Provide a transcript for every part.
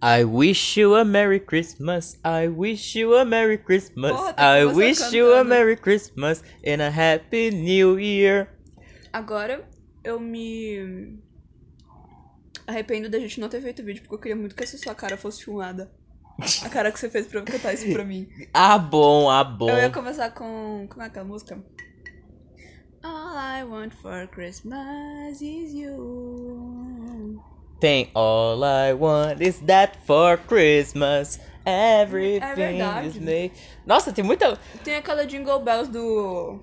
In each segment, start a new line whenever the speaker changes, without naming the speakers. I wish you a Merry Christmas. I wish you a Merry Christmas.
Porra, tem que
I
começar
wish you a
cantando.
Merry Christmas and a Happy New Year.
Agora eu me arrependo da gente não ter feito vídeo, porque eu queria muito que essa sua cara fosse filmada. A cara que você fez pra cantar isso pra mim.
Ah, bom, ah, bom.
Eu ia começar com. Como é aquela música? All I want for Christmas is you.
Tem All I Want Is That For Christmas. Everything
É verdade.
is made. Nossa, tem muita.
Tem aquela Jingle Bells do.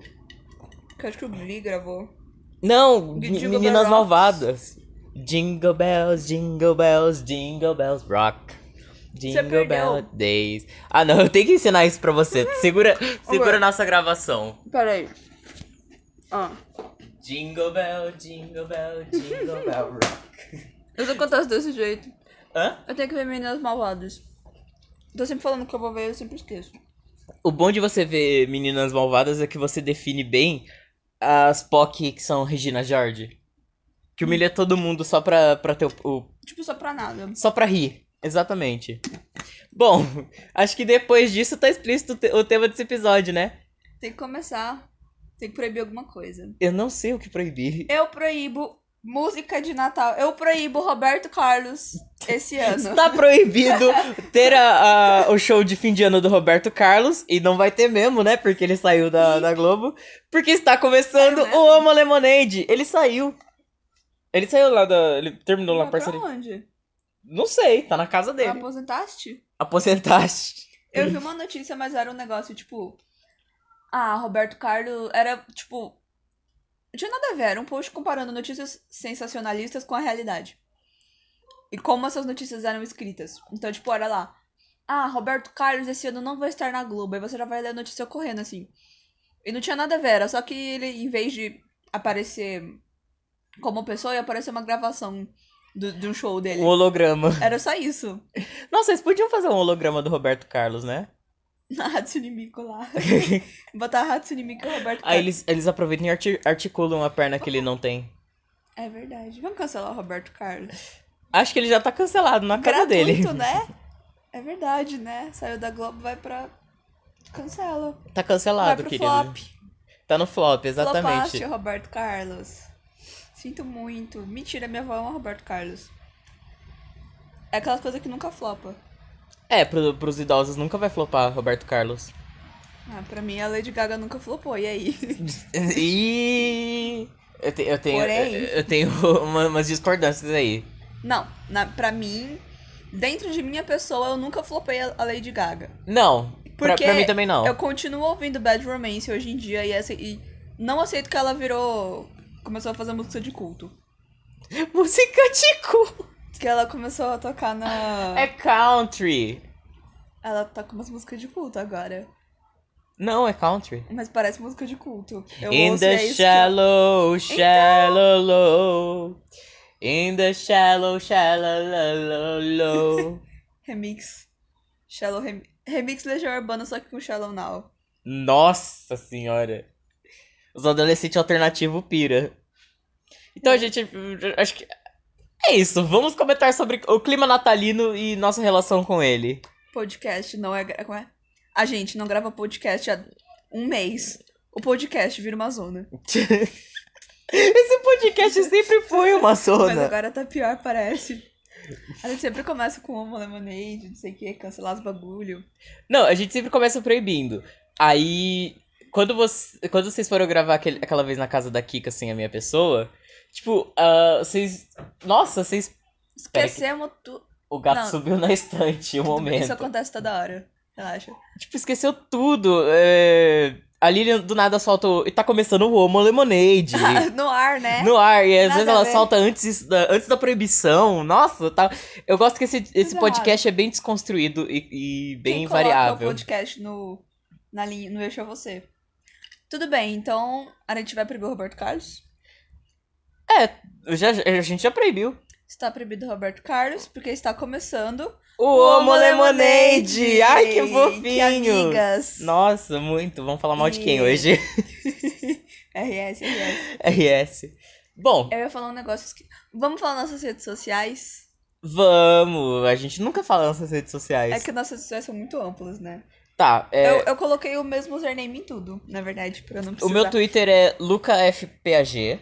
Que eu acho que o Glee gravou.
Não,
G-
me-
Jingle Bell
meninas
Rocks.
malvadas. Jingle bells, jingle bells, jingle bells rock. Jingle
perdeu.
bell days. Ah, não, eu tenho que ensinar isso pra você. Segura, segura a nossa gravação.
Pera aí. Ó.
Jingle bell, jingle bell, jingle bell rock.
Eu tô cantando desse jeito.
Hã?
Eu tenho que ver Meninas Malvadas. Tô sempre falando que eu vou ver, eu sempre esqueço.
O bom de você ver meninas malvadas é que você define bem as POC que são Regina George. Que humilha todo mundo só pra, pra ter o- o
Tipo, só pra nada.
Só pra rir. Exatamente. Bom, acho que depois disso tá explícito o te- o tema desse episódio, né?
Tem que começar. Tem que proibir alguma coisa.
Eu não sei o que proibir.
Eu proíbo música de Natal. Eu proíbo Roberto Carlos esse ano.
Está Tá proibido ter a- a- o show de fim de ano do Roberto Carlos, e não vai ter mesmo, né? Porque ele saiu da, da Globo. Porque está começando
Saiu né? mesmo?
o Homo Lemonade. Ele saiu. Ele saiu lá da. Ele terminou lá a
Vai pra
parceria.
onde?
Não sei, tá na casa
Pra
dele.
Aposentaste?
Aposentaste.
Eu vi uma notícia, mas era um negócio tipo. Ah, Roberto Carlos era tipo. Não tinha nada a ver, era um post comparando notícias sensacionalistas com a realidade. E como essas notícias eram escritas. Então, tipo, era lá. Ah, Roberto Carlos esse ano não vai estar na Globo. Aí você já vai ler a notícia correndo assim. E não tinha nada a ver, era só que ele, em vez de aparecer como pessoa, ia aparecer uma gravação do, de um show
Um
dele.
holograma.
Era só isso.
Nossa, eles podiam fazer um holograma do Roberto Carlos, né?
Na Hatsune Miku lá. Botar Hatsune Miku e Roberto
Aí
Carlos.
eles, eles aproveitam e arti- articulam a perna que ele não tem.
É verdade. Vamos cancelar o Roberto Carlos.
Acho que ele já tá cancelado na casa dele.
Gratuito, né? É verdade, né? Saiu da Globo, vai pra... Cancela.
Tá
vai
cancelado,
pro
querido.
flop.
Tá no flop,
Flopaste,
exatamente.
Roberto Carlos. Sinto muito. Mentira, minha avó ama Roberto Carlos. É aquela coisa que nunca flopa.
É, pro, pros idosos nunca vai flopar Roberto Carlos.
Ah, pra mim, a Lady Gaga nunca flopou. E aí?
E eu, te- eu tenho
Porém.
eu, eu tenho uma- umas discordâncias aí.
Não. Na, pra mim, dentro de minha pessoa, eu nunca flopei a a Lady Gaga.
Não, pra,
Porque é
pra mim também não.
Eu continuo ouvindo Bad Romance hoje em dia e, essa- e não aceito que ela virou. Começou a fazer música de culto.
Música de cu.
Que ela começou a tocar na.
É country.
Ela toca umas músicas de culto agora.
Não, é country.
Mas parece música de culto. Eu
In
ouço e
the
é isso que eu-
shallow,
Então.
shallow low. In the shallow, shallow low, low, low.
Remix. Shallow rem... Remix Legião Urbana, só que com Shallow Now.
Nossa senhora. Os adolescentes alternativos pira. Então, a gente, acho que é isso. Vamos comentar sobre o clima natalino e nossa relação com ele.
Podcast não é. gra- Como é? A gente não grava podcast há um mês. O podcast vira uma zona.
Esse podcast sempre foi uma
Mas
zona.
agora tá pior, parece. A gente sempre começa com uma lemonade, não sei o que, cancelar os bagulho.
Não, a gente sempre começa proibindo. Aí, quando, você, quando vocês foram gravar aquele- aquela vez na casa da Kika sem a minha pessoa, tipo, ah, vocês. Nossa, vocês. Espera que
Esquecemos tudo.
o gato
Não.
subiu na estante um momento.
Isso acontece toda hora. Relaxa.
Tipo, esqueceu tudo. É... A Lilian do nada solta. o- E tá começando o Homo Lemonade.
no ar, né?
No ar, e às
Nada
vezes
a
ela
ver.
solta antes da, antes da proibição. Nossa, tá. Eu gosto que esse, esse
errado.
podcast é bem desconstruído e, e bem
Quem coloca
variável.
o podcast no, na linha, no eixo é você. Tudo bem, então a gente vai proibir o Roberto Carlos.
Eu já- a gente já proibiu.
Está proibido o Roberto Carlos, porque está começando
O Homo Lemonade!
Lemonade.
Ai, que
Que
fofinho!
amigas!
Nossa, muito. Vamos falar mal de quem
E-
hoje?
RS, RS.
RS. Bom,
Eu ia falar um negócio que. Vamos falar nossas redes sociais?
Vamos, a gente nunca fala nas nossas redes sociais.
É que nossas redes sociais são muito amplas, né?
Tá, é,
Eu, eu coloquei o mesmo username em tudo, na verdade, pra não precisar.
o meu Twitter é lucafpag.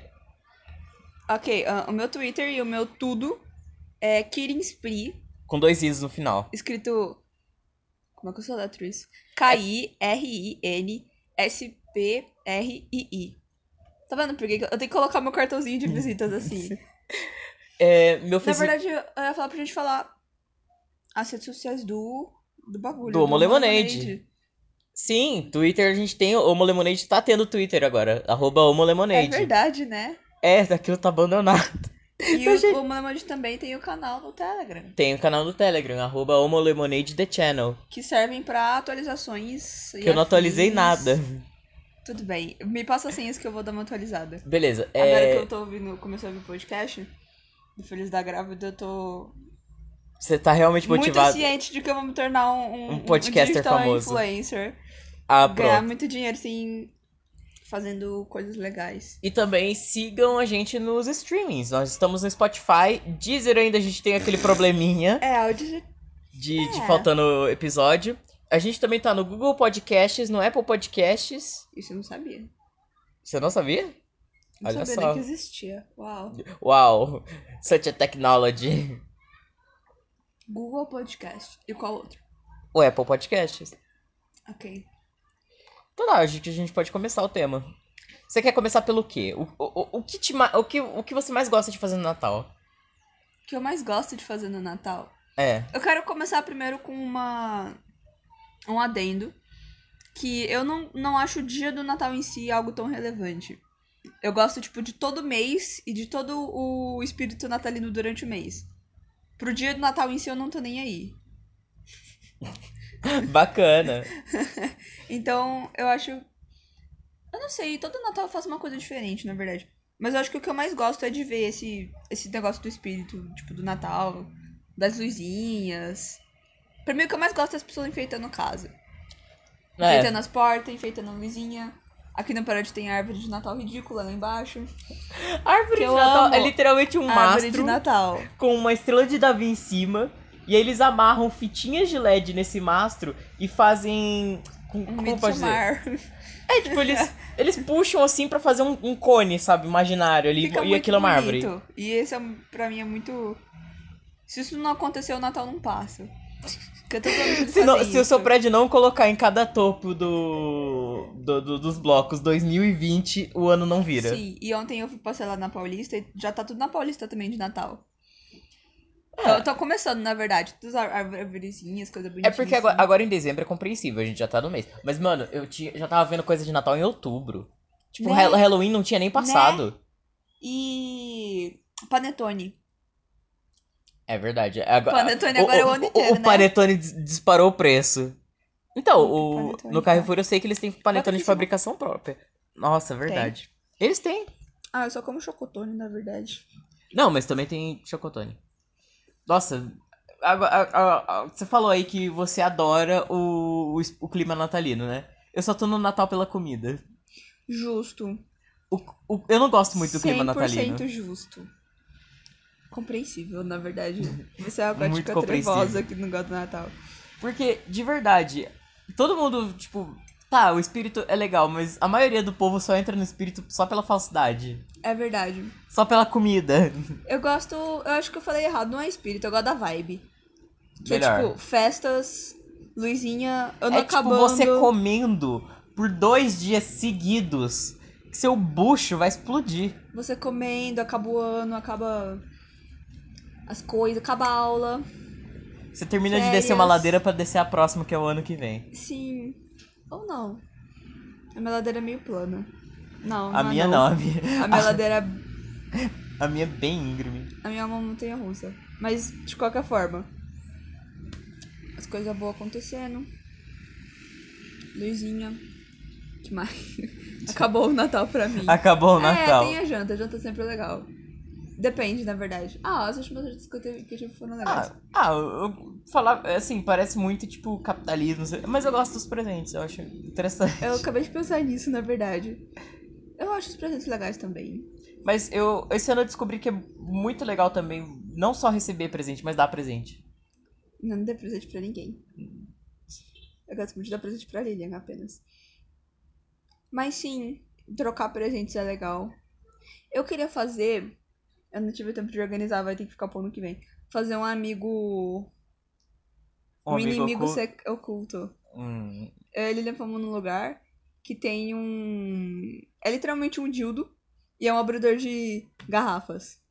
Ok, ah, o meu Twitter e o meu tudo é Kirin Spree,
Com dois i's no final.
escrito. Como é que eu sou da atriz? K-I-R-I-N-S-P-R-I-I. Tá vendo por que que eu eu tenho que colocar meu cartãozinho de visitas assim?
É, meu
Na
Facebook
verdade, eu ia falar pra gente falar as redes sociais do, do bagulho.
Do Homo Lemonade. Sim, Twitter a gente tem. O Homo Lemonade tá tendo Twitter agora. Arroba Homo
É
Lemonade.
verdade, né?
É, daquilo tá abandonado.
E
Tá, gente.
o, o Homo Lemonade também tem o canal no Telegram,
Tem o canal do Telegram, arroba Homo Lemonade The Channel.
que servem pra atualizações.
Que eu não atualizei nada.
Tudo bem. Me passa as senhas que eu vou dar uma atualizada.
Beleza,
Agora que
é.
eu tô ouvindo, comecei a ouvir podcast do Feliz da Grávida, eu tô
Você tá realmente
muito
motivado.
ciente de que eu vou me tornar um, um,
Um podcaster
digital
famoso.
influencer.
Ah,
ganhar
pronto.
muito dinheiro, assim, fazendo coisas legais.
E também sigam a gente nos streamings. Nós estamos no Spotify. Deezer ainda a gente tem aquele probleminha
É, áudio
de, de
É.
faltando episódio. A gente também tá no Google Podcasts, no Apple Podcasts.
Isso eu não sabia.
Você não sabia?
Não
Olha
sabia
só.
nem que existia. Uau.
Uau, such a technology.
Google Podcast. E qual outro?
O Apple Podcasts.
Ok.
Então lá, a gente, a gente pode começar o tema. Você quer começar pelo quê? O, o, o, que te, ma- o, que, o que você mais gosta de fazer no Natal?
O que eu mais gosto de fazer no Natal?
É.
Eu quero começar primeiro com uma. Um adendo. Que eu não, não acho o dia do Natal em si algo tão relevante. Eu gosto, tipo, de todo mês e de todo o espírito natalino durante o mês. Pro dia do Natal em si eu não tô nem aí.
Bacana.
Então, eu acho. Eu não sei, todo Natal eu faço uma coisa diferente, na verdade. Mas eu acho que o que eu mais gosto é de ver esse, esse negócio do espírito, tipo, do Natal, das luzinhas. Pra mim, o que eu mais gosto é as pessoas enfeitando casa.
É.
Enfeitando as portas, enfeitando a luzinha. Aqui na parede tem a árvore de Natal ridícula lá embaixo.
Árvore de
Que eu
Natal
amo.
é literalmente um
árvore de
mastro
Natal.
com uma estrela de Davi em cima. E aí eles amarram fitinhas de LED nesse mastro e fazem. com-
Um
como pode dizer?
Midsommar.
É, tipo, eles, eles puxam assim pra fazer um, um cone, sabe? Imaginário ali.
Fica
e
muito
aquilo é uma árvore.
bonito. E esse é, pra mim é muito. Se isso não acontecer, o Natal não passa. Porque todo ano eles
Se, não-
fazem
se o seu
isso.
prédio não colocar em cada topo do, do- do- dos blocos 2020, o ano não vira.
Sim, e ontem eu fui passear lá na Paulista e já tá tudo na Paulista também de Natal. Então, eu tô começando, na verdade, todas as ar- arvorezinhas, coisa
É
bonitinha. assim.
porque agora, agora em dezembro é compreensível, a gente já tá no mês. Mas, mano, eu tinha- já tava vendo coisa de Natal em outubro. Tipo,
Né?
Hall- Halloween não tinha nem passado.
E panetone.
É verdade. Agora,
Panetone agora é o ano inteiro,
O,
né?
Panetone dis- disparou o preço. Então,
Muito
o,
panetone, né?
no Carrefour eu sei que eles têm panetone de
Baratíssimo.
fabricação própria. Nossa, é verdade. Eles têm.
Ah, eu só como chocotone, na verdade.
Não, mas também tem chocotone. Nossa, agora- a- a- a- você falou aí que você adora o, o, es- o clima natalino, né? Eu só tô no Natal pela comida.
Justo.
O- o- eu não gosto muito do clima natalino.
100% justo. Compreensível, na verdade. Você é uma
Muito
gótica
compreensível.
trevosa que não gosta do Natal.
Porque, de verdade, todo mundo, tipo, tá, o espírito é legal, mas a maioria do povo só entra no espírito só pela falsidade.
É verdade.
Só pela comida.
Eu gosto. Eu acho que eu falei errado, não é espírito, eu gosto da vibe. Que
Melhor.
é tipo, festas, luzinha, ano
é
acabando.
tipo você comendo por dois dias seguidos. que Seu bucho vai explodir.
Você comendo, acaba o ano, acaba as coisas, acaba a aula.
Você termina de
Férias.
descer uma ladeira pra descer a próxima, que é o ano que vem.
Sim. Ou não. A minha ladeira é meio plana. Não,
a
não é
minha não,
não.
a minha,
A minha ladeira é.
a minha é bem íngreme.
A minha mão não tem a russa. Mas de qualquer forma. As coisas boas acontecendo. Luzinha. que mais? Acabou o Natal pra mim.
Acabou o Natal.
É, tem a janta. A janta sempre é legal. Depende, na verdade. Ah, as últimas jantas que eu tive, que eu tive foram legais.
Ah, ah, eu- eu falar assim, parece muito tipo capitalismo, não sei- mas eu gosto dos presentes, eu acho interessante.
Eu acabei de pensar nisso, na verdade. Eu acho os presentes legais também.
Mas eu, esse ano eu descobri que é muito legal também, não só receber presente, mas dar presente.
Eu não dei presente pra ninguém. Eu gosto muito de dar presente pra Lilian apenas. Mas sim, trocar presentes é legal. Eu queria fazer. Eu não tive tempo de organizar, vai ter que ficar pro ano que vem. Fazer um amigo. Um, inimigo
ocu-
sec- oculto.
Hum,
Eu e a Lilian fomos num lugar que tem um. É literalmente um dildo e é um abridor de garrafas.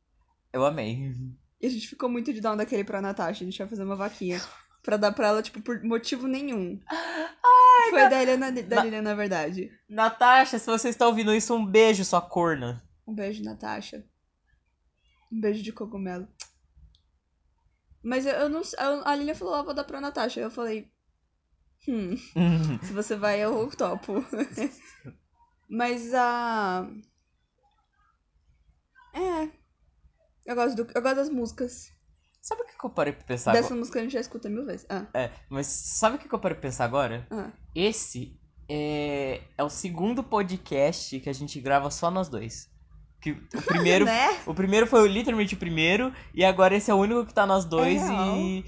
eu amei.
E a gente ficou muito de down daquele pra Natasha. A gente ia fazer uma vaquinha. Pra dar pra ela, tipo, por motivo nenhum. Foi da Helena, da
Na-
Lilian, na verdade.
Natasha, se você está ouvindo isso, um beijo, sua corna.
Um beijo, Natasha. Um beijo de cogumelo. Mas eu, eu não sei. eu- A Lilian falou, ah, vou dar pra Natasha. Eu falei, hum, se você vai, eu topo. Mas a. É. Eu gosto, do, eu gosto das músicas.
Sabe o que que eu parei pra pensar
Dessa
agora?
música a gente já escuta mil vezes. Ah,
É, mas sabe o que que eu parei pra pensar agora?
ah.
Esse é, é o segundo podcast que a gente grava só nós dois. Que o primeiro,
Né?
o primeiro foi literalmente o primeiro, e agora esse é o único que tá nós dois
real.
e.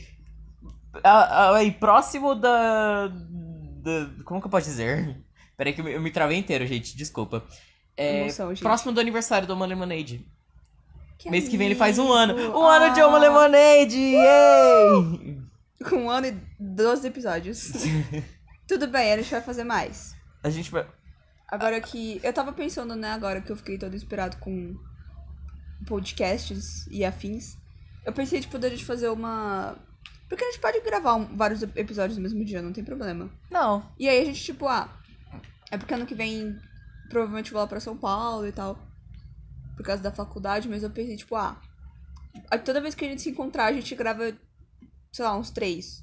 a- a- Aí, próximo da, da- Como que eu posso dizer? Peraí que eu me, eu me travei inteiro, gente, desculpa. É,
Emoção, gente.
próximo do aniversário do Uma Lemonade.
Que
Mês que vem ele faz um ano.
amigo.
Um ano de
Ah,
uma lemonade! Yay!
Com um ano e 12 episódios. Tudo bem, a gente vai fazer mais.
A gente vai. Ah.
Agora que. Eu tava pensando, né, agora que eu fiquei todo inspirado com podcasts e afins. Eu pensei, tipo, da gente fazer uma. Porque a gente pode gravar um- vários ep- episódios no mesmo dia, não tem problema.
Não.
E aí a gente, tipo, ah. É porque ano que vem provavelmente eu vou lá pra São Paulo e tal. Por causa da faculdade, mas eu pensei, tipo, ah. a- Toda vez que a gente se encontrar, a gente grava, sei lá, uns três.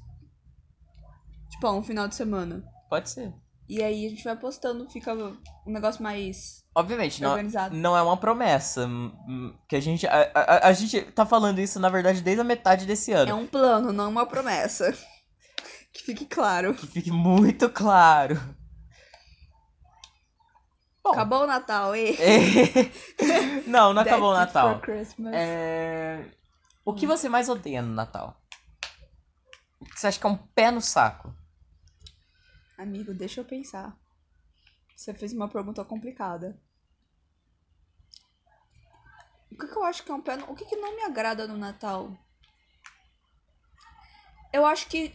Tipo, ah, um final de semana.
Pode ser.
E aí a gente vai postando, fica um negócio mais
Obviamente, não,
organizado.
não é uma promessa. hum, hum, Que a gente. A, a, a gente tá falando isso, na verdade, desde a metade desse ano.
É um plano, não uma promessa. Que fique claro.
Que fique muito claro. Bom.
Acabou o Natal, e
É. não, não acabou o Natal.
É...
É... O que você mais odeia no Natal? O que você acha que é um pé no saco?
Amigo, deixa eu pensar. Você fez uma pergunta complicada. O que, que eu acho que é um pé. no- O que, que não me agrada no Natal? Eu acho que.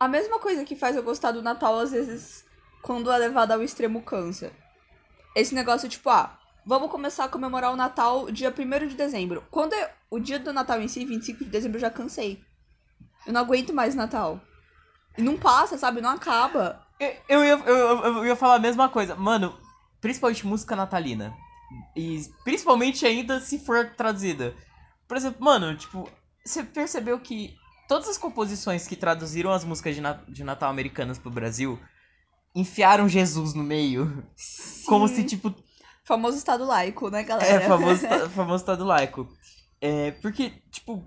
A mesma coisa que faz eu gostar do Natal, às vezes, quando é levado ao extremo, câncer. Esse negócio, tipo, ah, vamos começar a comemorar o Natal dia 1 de dezembro. Quando é o dia do Natal em si, 25 de dezembro, eu já cansei. Eu não aguento mais Natal. E não passa, sabe? Não acaba.
Eu, eu, ia, eu, eu- eu ia falar a mesma coisa. Mano, principalmente música natalina. E principalmente ainda se for traduzida. Por exemplo, mano, tipo, você percebeu que todas as composições que traduziram as músicas de, na- de Natal americanas pro Brasil enfiaram Jesus no meio. Como se, tipo,
Famoso estado laico, né,
é,
galera?
famoso, famoso estado laico. É, porque, tipo,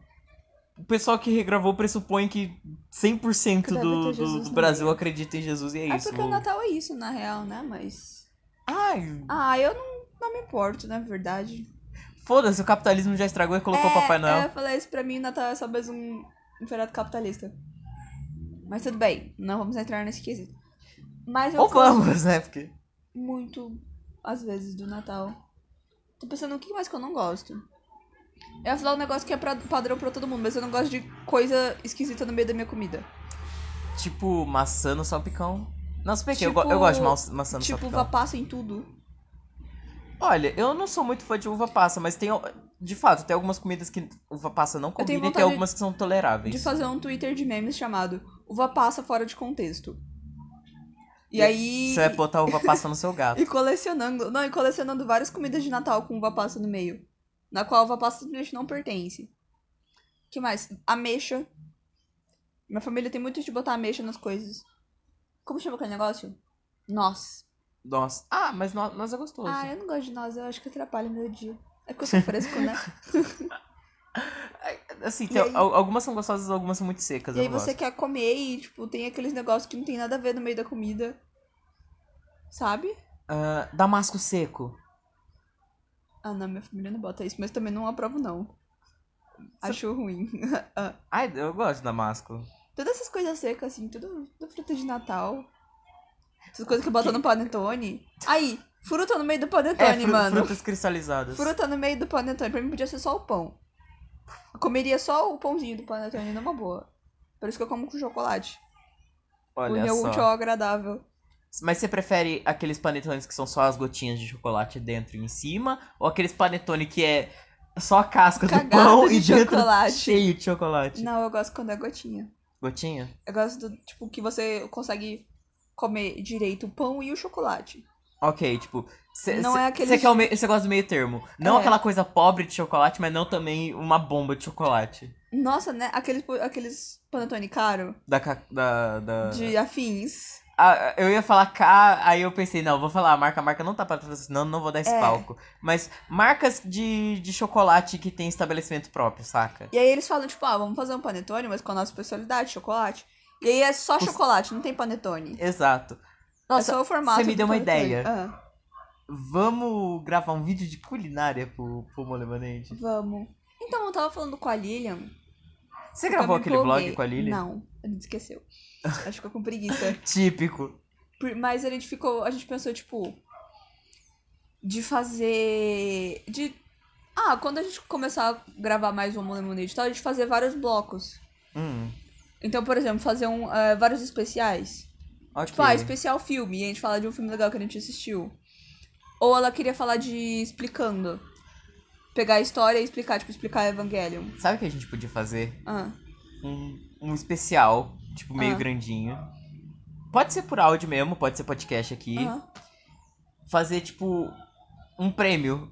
o pessoal que regravou pressupõe que 100%
Deve
do,
ter Jesus
do- do
no
Brasil
meio.
acredita em Jesus e é,
É
isso.
porque o Natal é isso, na real, né? Mas.
Ai,
Ah, eu não, não me importo, na verdade.
foda-se, o capitalismo já estragou e colocou o
é,
Papai Noel.
É, eu falei isso pra mim, Natal é só mais um, um feriado capitalista. Mas tudo bem, não vamos entrar nesse quesito. Mas eu
Ou
gosto
vamos, né? Porque...
muito, às vezes, do Natal. Tô pensando o que mais que eu não gosto. Eu ia falar um negócio que é pra, padrão pra todo mundo, mas eu não gosto de coisa esquisita no meio da minha comida.
Tipo, maçã no salpicão. Não, se bem que eu,
Tipo-
go- eu gosto de ma- maçã no
tipo, uva
salpicão.
passa em tudo.
Olha, eu não sou muito fã de uva passa, mas tem. De fato, tem algumas comidas que uva passa não
tenho
combina e tem
vontade
algumas que são toleráveis.
de fazer um Twitter de memes chamado Uva Passa Fora de Contexto. E,
E- é
aí.
Você vai botar uva passa no seu gato.
E colecionando. Não, e colecionando várias comidas de Natal com uva passa no meio. Na qual a uva passa simplesmente não pertence. que mais? Ameixa. Minha família tem muito de botar ameixa nas coisas. Como chama aquele negócio? Noz.
Nossa. Ah, mas no- nós é gostoso.
Ah, eu não gosto de noz, eu acho que atrapalha meu dia. É que eu sou fresco, né?
Assim,
E
tem
aí?
al- algumas são gostosas algumas são muito secas.
E
eu
aí
não
você
gosto.
quer comer e, tipo, tem aqueles negócios que não tem nada a ver no meio da comida. Sabe?
Ah, damasco seco.
Ah, não, minha família não bota isso, mas também não aprovo, não. Acho ruim.
Ai, eu gosto de damasco.
Todas essas coisas secas, assim, tudo, tudo fruta de Natal. Essas coisas que botam no panetone. Aí, fruta no meio do
É,
panetone,
fru-
mano.
frutas cristalizadas.
Fruta no meio do panetone. Pra mim podia ser só o pão. Eu comeria só o pãozinho do panetone numa boa. Por isso que eu como com chocolate. o
Olha
meu
só.
útil ao agradável.
Mas você prefere aqueles panetones que são só as gotinhas de chocolate dentro e em cima? Ou aqueles panetone que é só a casca do
Cagado
pão
de
e dentro
chocolate.
cheio de chocolate?
Não, eu gosto quando é gotinha.
Gotinha?
Eu gosto do, tipo, que você consegue comer direito o pão e o chocolate.
Ok, tipo... Você
Não é aquele
quer o meio- cê gosta do meio termo. Não
É.
aquela coisa pobre de chocolate, mas não também uma bomba de chocolate.
Nossa, né? Aqueles, aqueles panetone caro
Da... ca- da, da...
de afins.
Ah, eu ia falar K, aí eu pensei, não, vou falar a marca, a marca não tá patrocinando, não vou dar esse
É.
palco. Mas marcas de, de chocolate que tem estabelecimento próprio, saca?
E aí eles falam, tipo, ah, vamos fazer um panetone, mas com a nossa especialidade, chocolate. E aí é só
Os-
chocolate, não tem panetone.
Exato.
Nossa, só o formato.
você me
do
deu uma
panetone.
ideia.
Ah,
Vamos gravar um vídeo de culinária pro, pro Molemanente.
vamos. Então, eu tava falando com a Lilian.
Você
eu
gravou
me
aquele
empolguei.
vlog com a Lili?
Não, a gente esqueceu. Acho ficou com preguiça.
Típico.
Por- Mas a gente ficou, a gente pensou, tipo, de fazer... De... Ah, quando a gente começar a gravar mais o Molemonade e tal, a gente fazer vários blocos.
Hum,
Então, por exemplo, fazer um, eh, vários especiais.
ok.
Tipo, ah, especial filme, e a gente fala de um filme legal que a gente assistiu. Ou ela queria falar de explicando. Pegar a história e explicar, tipo, explicar Evangelion.
Sabe o que a gente podia fazer?
Ah,
Um, um especial, tipo, meio
Ah.
grandinho. Pode ser por áudio mesmo, pode ser podcast aqui.
aham.
fazer, tipo, um prêmio.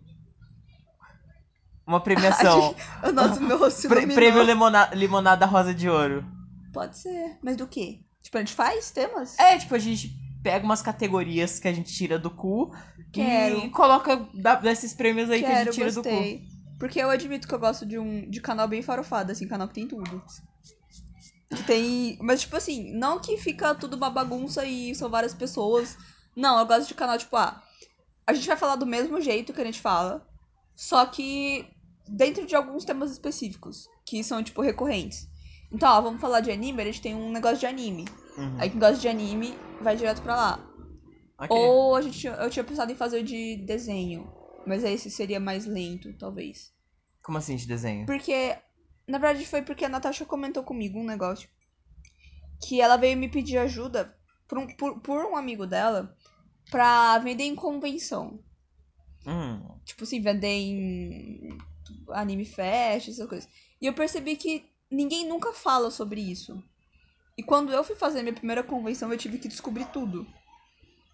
Uma
Ai,
premiação.
O nosso meu rosto
Pre-
iluminou.
prêmio limona Limonada Rosa de Ouro.
Pode ser. Mas do quê? Tipo, a gente faz temas?
É, tipo, a gente pega umas categorias que a gente tira do cu e
Quero.
coloca da- desses prêmios aí que a
Quero,
gente tira do cu.
gostei. Porque eu admito que eu gosto de um de canal bem farofado, assim, canal que tem tudo. Que tem. Mas, tipo assim, não que fica tudo uma bagunça e são várias pessoas. Não, eu gosto de canal, tipo, ah, a gente vai falar do mesmo jeito que a gente fala, só que dentro de alguns temas específicos, que são, tipo, recorrentes. Então, ó, vamos falar de anime, a gente tem um negócio de anime.
Uhum.
Aí quem gosta de anime vai direto pra lá.
Ok.
Ou a gente, tinha- eu tinha pensado em fazer o de desenho. Mas esse seria mais lento, talvez.
Como assim de desenho?
Porque, na verdade, foi porque a Natasha comentou comigo um negócio. Que ela veio me pedir ajuda por um, por, por um amigo dela pra vender em convenção.
Hum.
Tipo assim, vender em anime fest, essas coisas. E eu percebi que ninguém nunca fala sobre isso. E quando eu fui fazer minha primeira convenção, eu tive que descobrir tudo.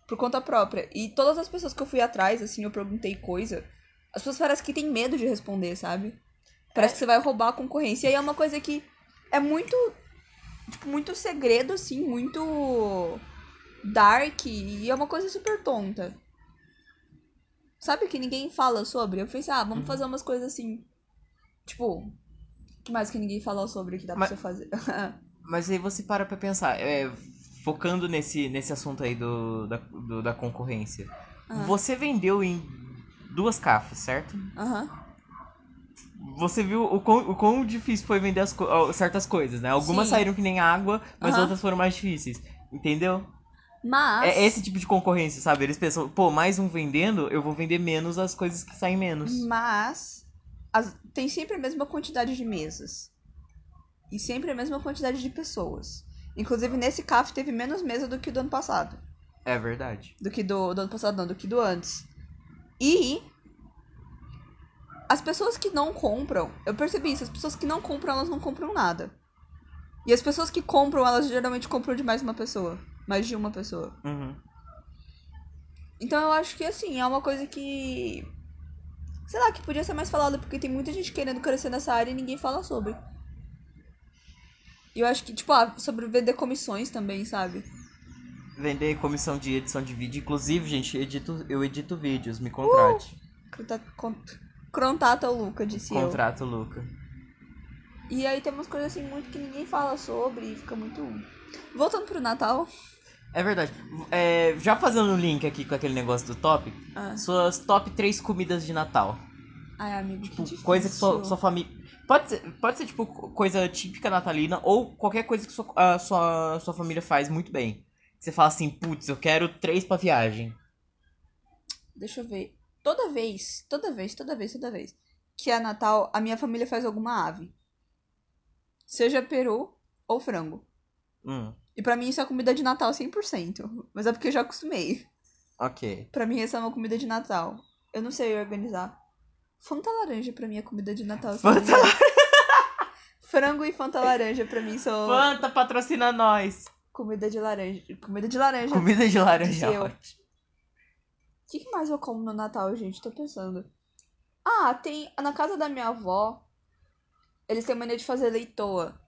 Por conta própria. E todas as pessoas que eu fui atrás, assim, eu perguntei coisa. As pessoas parecem que têm medo de responder, sabe? Parece que você vai roubar a concorrência. E aí é uma coisa que é muito. Tipo, muito segredo, assim, muito. Dark. E é uma coisa super tonta. Sabe que ninguém fala sobre? Eu pensei, ah, vamos
Uhum.
fazer umas coisas assim. Tipo. O que mais que ninguém falou sobre que dá
Mas-
pra você fazer?
Mas aí você para pra pensar. é, focando nesse, nesse assunto aí do, da, do- da concorrência.
Ah.
Você vendeu em duas cafas, certo?
Aham.
Você viu o quão, o quão difícil foi vender as co- ó, certas coisas, né? Algumas
Sim.
saíram que nem água, mas
Aham.
outras foram mais difíceis. Entendeu?
Mas.
É esse tipo de concorrência, sabe? Eles pensam, pô, mais um vendendo, eu vou vender menos as coisas que saem menos.
Uhum. Mas as- tem sempre a mesma quantidade de mesas. E sempre a mesma quantidade de pessoas. Inclusive, nesse CAF teve menos mesa do que do ano passado.
É verdade.
Do que do, do ano passado, não, do que do antes. E as pessoas que não compram, eu percebi isso, as pessoas que não compram, elas não compram nada. E as pessoas que compram, elas geralmente compram de mais uma pessoa. Mais de uma pessoa.
Uhum.
Então eu acho que assim, é uma coisa que. Sei lá, que podia ser mais falada, porque tem muita gente querendo crescer nessa área e ninguém fala sobre. E eu acho que, tipo, ah, sobre vender comissões também, sabe?
Vender comissão de edição de vídeo. Inclusive, gente, edito, eu edito vídeos, me contrate.
Uh, Crontata o Luca, disse eu.
Contrato, Luca.
E aí tem umas coisas assim muito que ninguém fala sobre e fica muito. Voltando pro Natal,
É verdade. É, já fazendo um link aqui com aquele negócio do top,
Ah.
suas top três comidas de Natal.
Ai, amigo, que difícil.
Tipo, Coisa que sua, sua família. Pode ser, pode ser, tipo, co- coisa típica natalina ou qualquer coisa que sua, a sua, sua família faz muito bem. Você fala assim, putz, eu quero três pra viagem.
Deixa eu ver. Toda vez, toda vez, toda vez, toda vez que é Natal, a minha família faz alguma ave. Seja peru ou frango.
Hum,
E pra mim isso é comida de Natal 100%. Mas é porque eu já acostumei.
ok.
Pra mim essa é uma comida de Natal. Eu não sei organizar. Fanta laranja pra mim é comida de Natal.
Fanta
sabia? Frango e fanta laranja pra mim são
Fanta patrocina nós.
comida de laranja. Comida de laranja. O
Comida de laranja.
Seu. que, que mais eu como no Natal, gente? Tô pensando. Ah, tem. Na casa da minha avó, eles têm mania de fazer leitoa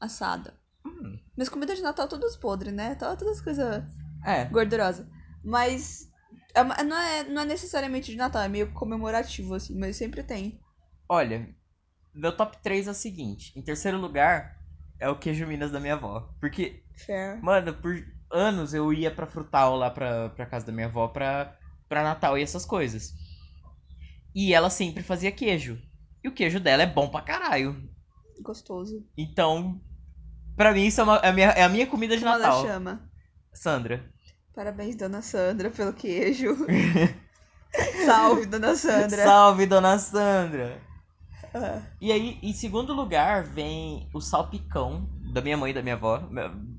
assada.
Hum.
Mas comida de Natal todas podres, né? Tá- Todas coisas
É.
gordurosa. Mas é uma- não, é, não é necessariamente de Natal, é meio comemorativo, assim, mas sempre tem.
Olha, meu top 3 é o seguinte. Em terceiro lugar é o queijo Minas da minha avó. Porque
Fair.
Mano, por anos eu ia pra Frutal lá pra, pra casa da minha avó pra, pra Natal e essas coisas. E ela sempre fazia queijo. E o queijo dela é bom pra caralho.
Gostoso.
Então, pra mim, isso é, uma- é a, minha, é a minha comida de
Como ela
Natal.
chama?
Sandra.
Parabéns, dona Sandra, pelo queijo. Salve, dona Sandra.
Salve, dona Sandra!
Ah,
E aí, em segundo lugar, vem o salpicão da minha mãe e da minha avó.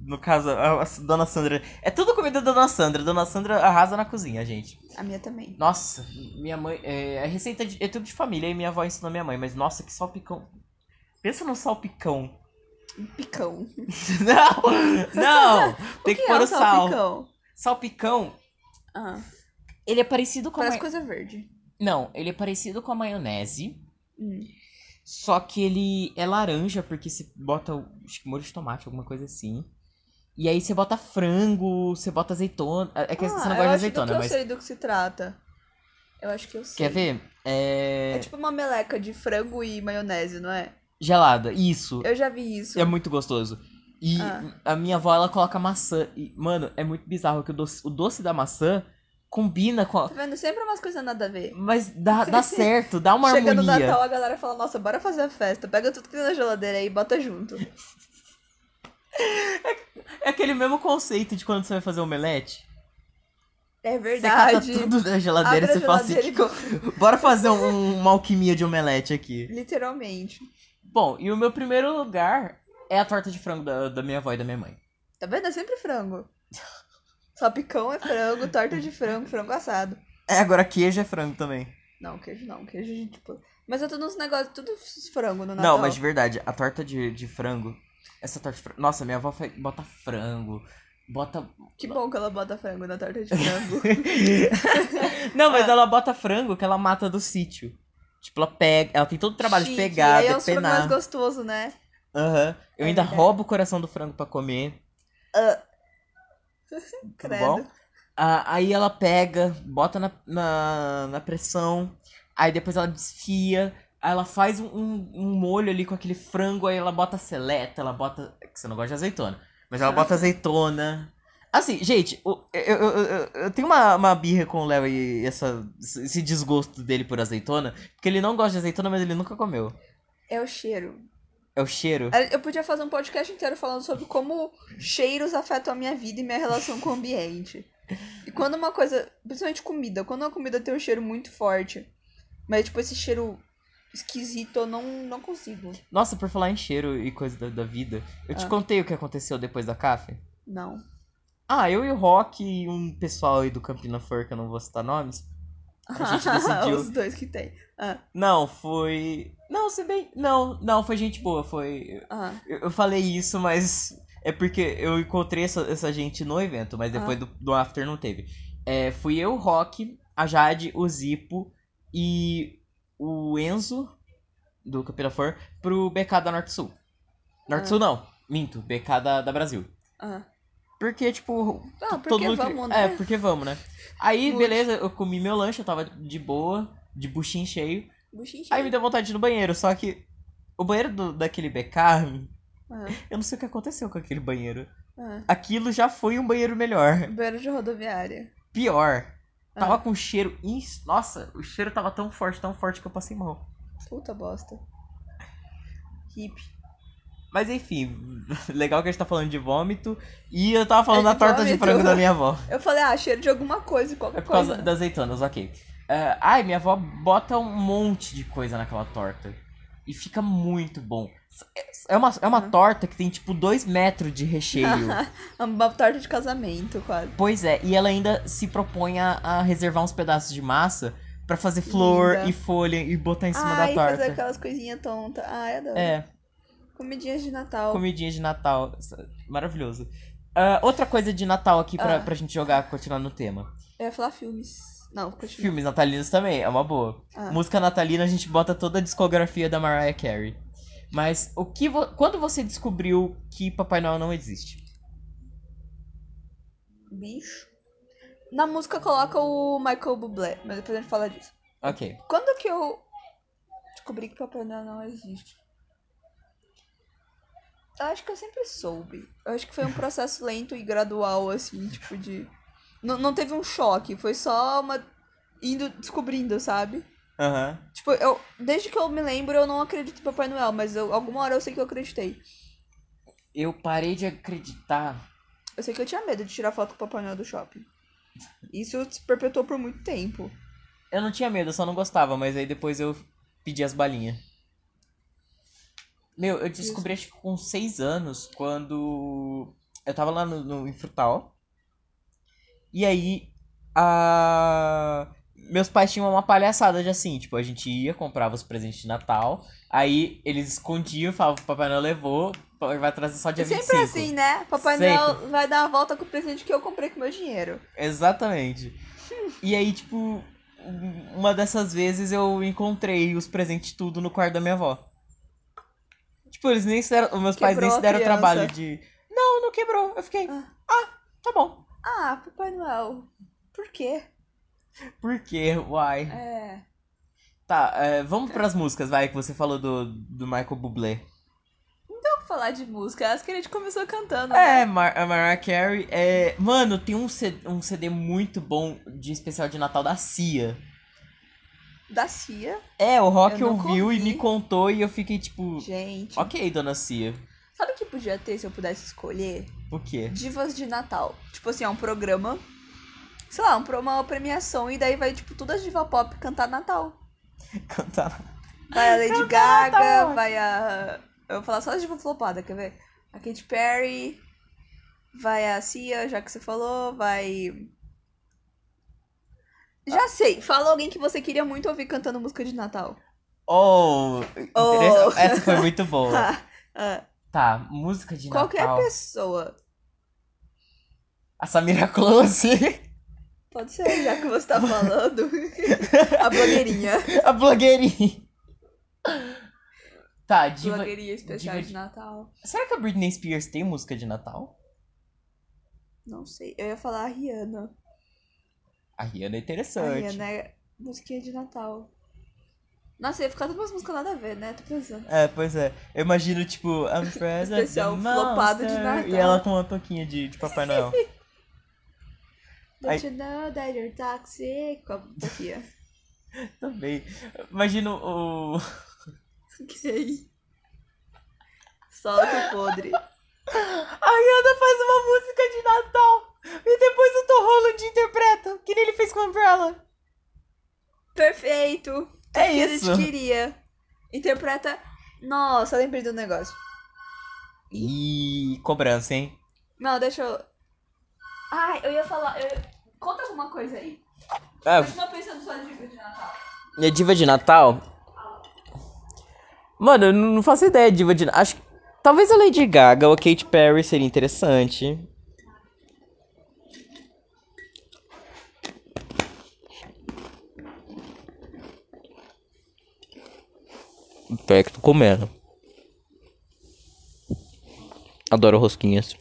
No caso, a, a dona Sandra. É tudo comida da dona Sandra. Dona Sandra arrasa na cozinha, gente.
a minha também.
Nossa, minha mãe. É, é receita de. É tudo de família e minha avó ensinou minha mãe, mas nossa, que salpicão. Pensa no salpicão.
Um picão.
não! Não! Tem que,
que
pôr
é
o sal.
salpicão?
Salpicão,
Ah,
ele é parecido com a.
parece
maio-
coisa verde.
Não, ele é parecido com a maionese.
Hum.
Só que ele é laranja, porque você bota o- acho que molho de tomate, alguma coisa assim. E aí você bota frango, você bota azeitona. É que
Ah,
você não gosta
eu
de
acho do
azeitona,
que
mas.
eu sei do que se trata. Eu acho que eu sei.
Quer ver? É.
É tipo uma meleca de frango e maionese, não é?
Gelada. Isso.
Eu já vi isso.
É muito gostoso. E
Ah.
a minha avó, ela coloca maçã. E, mano, é muito bizarro que o doce, o doce da maçã combina com a...
Tá vendo? Sempre umas coisas nada a ver.
Mas dá, dá certo, dá É uma
Chega no
harmonia.
Natal, a galera fala, nossa, bora fazer a festa. Pega tudo que tem na geladeira aí e bota junto.
É aquele mesmo conceito de quando você vai fazer omelete.
É
Você
verdade.
cata tudo na geladeira
Abre
e você
a
fala assim,
geladeira e bota.
bora fazer um- uma alquimia de omelete aqui.
Literalmente.
Bom, e o meu primeiro lugar é a torta de frango da, da minha avó e da minha mãe.
Tá vendo? É sempre frango. Salpicão é frango, torta de frango, frango assado.
É, agora queijo é frango também.
Não, queijo não. Queijo, a gente, tipo... Mas é tudo uns negócios, tudo frango no Natal.
Não, mas de verdade, a torta de, de frango. Essa torta de frango. Nossa, minha avó fa- bota frango. Bota.
Que bom que ela bota frango na torta de frango.
Não,
Ah.
mas ela bota frango que ela mata do sítio. Tipo, ela pega. Ela tem todo o trabalho
Chique.
de pegar,
E aí é um frango mais
depenar.
gostoso, né?
Aham. Eu
É
ainda
verdade. Ah.
roubo o coração do frango pra comer. Tudo
Credo.
bom? Ah, aí ela pega, bota na, na, na pressão. Aí depois ela desfia. Aí ela faz um, um, um molho ali com aquele frango. Aí ela bota seleta, ela bota. é que Você não gosta de azeitona. Mas ela bota azeitona. Assim, gente, o- eu, eu, eu, eu- eu tenho uma, uma birra com o Léo e essa, esse desgosto dele por azeitona. Porque ele não gosta de azeitona, mas ele nunca comeu.
É o cheiro.
É o cheiro.
Eu podia fazer um podcast inteiro falando sobre como cheiros afetam a minha vida e minha relação com o ambiente. E quando uma coisa, principalmente comida, quando uma comida tem um cheiro muito forte, mas tipo esse cheiro esquisito, eu não, não consigo.
Nossa, por falar em cheiro e coisa da, da vida, eu te
Ah.
contei o que aconteceu depois da café?
Não.
Ah, eu e o Rock e um pessoal aí do Campina Flor, que eu não vou citar nomes. A gente decidiu.
Os dois que tem. Ah,
Não, foi. Não, se bem. Não, não, foi gente boa, foi.
ah,
Eu, eu falei isso, mas é porque eu encontrei essa, essa gente no evento, mas depois do, do After não teve. É, fui eu, o Rock, a Jade, o Zipo e o Enzo, do Campina Flor, pro BK da Norte Sul. Norte Sul não, minto, BK da, da Brasil.
ah.
Porque, tipo,
Ah,
todo
porque
mundo.
vamos,
É,
né?
porque vamos, né? Aí,
Muito.
beleza, eu comi meu lanche, eu tava de boa, de buchinho cheio.
Buchinho
Aí me deu vontade de ir no banheiro, só que o banheiro do- daquele BK,
Ah.
eu não sei o que aconteceu com aquele banheiro.
Ah,
Aquilo já foi um banheiro melhor.
beira de rodoviária.
Pior.
Ah.
Tava com um cheiro. ins- Nossa, o cheiro tava tão forte, tão forte que eu passei mal.
Puta bosta. Hip.
Mas enfim, legal que a gente tá falando de vômito. E eu tava falando
É de
da torta de
vômito.
frango da minha avó.
Eu falei, ah, cheiro de alguma coisa,
É
qualquer
por causa
coisa.
das azeitonas, ok. Ah, ai, minha avó bota um monte de coisa naquela torta. E fica muito bom. É uma, é uma
Uhum.
torta que tem tipo 2 metros de recheio.
Uma torta de casamento, quase.
pois é, e ela ainda se propõe a, a reservar uns pedaços de massa pra fazer flor
Linda.
e folha e botar em cima
Ai,
da
fazer
torta.
aquelas coisinhas tontas. Ai, adoro.
É,
Comidinhas de Natal.
comidinha de Natal. Maravilhoso. Ah, outra coisa de Natal aqui pra,
Ah.
pra gente jogar, continuar no tema.
Eu ia falar filmes. Não, continua.
Filmes natalinos também, é uma boa.
Ah.
Música natalina, a gente bota toda a discografia da Mariah Carey. Mas o que vo- quando você descobriu que Papai Noel não existe?
Bicho. Na música coloca o Michael Bublé, mas depois a gente fala disso.
Ok.
Quando que eu descobri que Papai Noel não existe? Eu acho que eu sempre soube. Eu acho que foi um processo lento e gradual, assim, tipo de... Não, não teve um choque, foi só uma... Indo descobrindo, sabe?
Aham.
Tipo, eu, desde que eu me lembro, eu não acredito em Papai Noel, mas eu- alguma hora eu sei que eu acreditei.
Eu parei de acreditar.
Eu sei que eu tinha medo de tirar foto com o Papai Noel do shopping. Isso se perpetuou por muito tempo.
Eu não tinha medo, eu só não gostava, mas aí depois eu pedi as balinhas. Meu, eu descobri acho que com seis anos, quando eu tava lá no, no em Frutal. E aí, a... meus pais tinham uma palhaçada de assim, tipo, a gente ia, comprava os presentes de Natal, aí eles escondiam, falavam, Papai Noel levou, vai trazer só dia
sempre
25.
assim, né? Papai
Sempre.
Noel vai dar a volta com o presente que eu comprei com meu dinheiro.
Exatamente. E aí, tipo, uma dessas vezes eu encontrei os presentes tudo no quarto da minha avó. Tipo, eles nem se deram. Os meus pais nem
Quebrou
se
a
deram o
criança.
trabalho de. Não, não quebrou. Eu fiquei.
Ah.
Ah, tá bom.
Ah, Papai Noel. Por quê?
Por quê? Uai.
É.
Tá, é, vamos pras músicas, vai, que você falou do, do Michael Bublé.
Vamos falar de música. Acho que a gente começou cantando. né?
É, Mar a Mariah Carey. É... Mano, tem um, C um CD muito bom de especial de Natal da Cia.
Da Cia.
É, o Rock
Eu nunca
ouviu e
ouvi.
me contou e eu fiquei tipo.
Gente.
Ok, dona Cia.
Sabe o que podia ter se eu pudesse escolher?
O quê?
Divas de Natal. Tipo assim, é um programa. Sei lá, um pro- uma premiação. E daí vai, tipo, todas as divas pop cantar Natal.
Cantar.
Vai a
Tá
Lady
Natal.
Gaga, vai a. Eu vou falar só as divas flopada, quer ver? A Katy Perry, vai a Cia, já que você falou, vai.
Ah.
Já sei, fala alguém que você queria muito ouvir cantando música de Natal.
Oh,
Oh.
interessa- essa foi muito boa.
Ah,
Tá, música de
Qualquer
Natal.
pessoa.
A Samira Close,
Pode ser, já que você tá falando. a blogueirinha.
a blogueirinha. Tá, diva...
blogueirinha especial
diva-
de Natal.
Será que a Britney Spears tem música de Natal?
Não sei. Eu ia falar a Rihanna.
A Rihanna é
A
interessante.
Rihanna é musiquinha de Natal. Nossa, ia ficar todas umas músicas nada a ver, né? Tô pensando.
É, pois é. Eu imagino, tipo, I'm Friends with the
Especial flopado de
monster,
Natal.
E ela com uma touquinha de, de Papai Noel.
Don't
Ai.
you know that you're toxic? um Com a boquinha.
Também. Imagino o...
ok. Solta o podre.
A Rihanna faz uma música de Natal. E depois o Tom Holland interpreta. Que nem ele fez com a Umbrella.
Perfeito. Tudo
É
que
isso.
a gente queria. Interpreta... Nossa, lembrei do negócio.
Ih, cobrança, hein?
Não, deixa eu... Ai, eu ia falar... eu- Conta alguma coisa aí. Continua pensando só de dica de Natal.
É Ah, diva de Natal? Mano, eu não não faço ideia de diva de Natal. Acho que. Talvez a Lady Gaga ou a Katy Perry seria interessante. Pera que eu tô comendo. Adoro rosquinhas.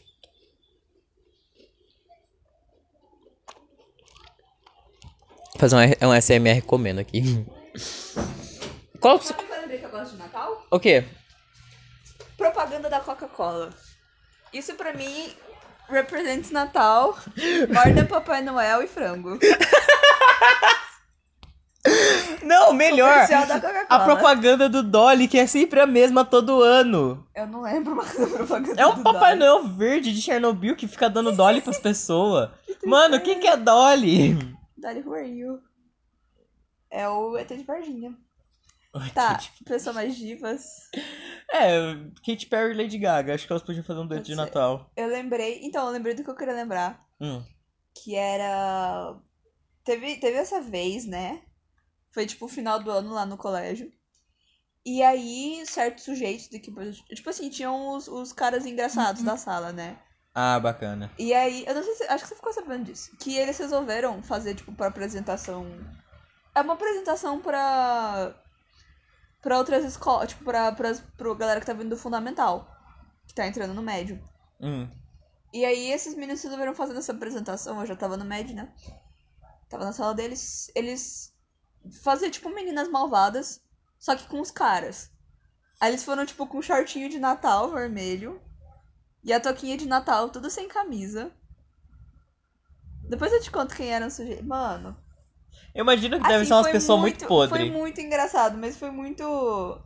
Fazer um, R- um SMR comendo aqui. Qual.
Sabe o que eu lembrei que eu gosto de Natal?
O quê?
Propaganda da Coca-Cola. Isso pra mim Represents Natal, Morda Papai Noel e Frango.
Não, melhor.
Comercial da Coca-Cola.
A propaganda do Dolly, que é sempre a mesma todo ano.
Eu não lembro mais da propaganda.
É um
do
Papai
Dolly.
Noel verde de Chernobyl que fica dando Dolly pras pessoas. Mano, quem que é Dolly?
Dolly, who are you? É o ET de Varginha. Tá, pessoa mais divas.
É, Katy Perry e Lady Gaga. Acho que elas podiam fazer um dueto
Pode
de
ser.
Natal.
Eu lembrei, então, eu lembrei do que eu queria lembrar.
Hum.
Que era. Teve, teve essa vez, né? Foi tipo o final do ano lá no colégio. E aí, certos sujeitos de que. Tipo assim, tinham os, os caras engraçados
Uhum.
da sala, né?
Ah, bacana.
E aí, eu não sei se. Acho que você ficou sabendo disso. Que eles resolveram fazer, tipo, pra apresentação. É uma apresentação pra. pra outras escolas. Tipo, pra, pra, pra galera que tá vindo do fundamental. Que tá entrando no médio.
Hum.
E aí esses meninos resolveram fazer essa apresentação, eu já tava no MED, né? Tava na sala deles, eles faziam tipo meninas malvadas, só que com os caras. Aí eles foram tipo com um shortinho de Natal vermelho e a toquinha de Natal, tudo sem camisa. Depois eu te conto quem eram os sujeitos. Mano,
Eu imagino que deve
assim,
ser umas
foi
pessoas muito,
Foi
podres.
muito engraçado, mas foi muito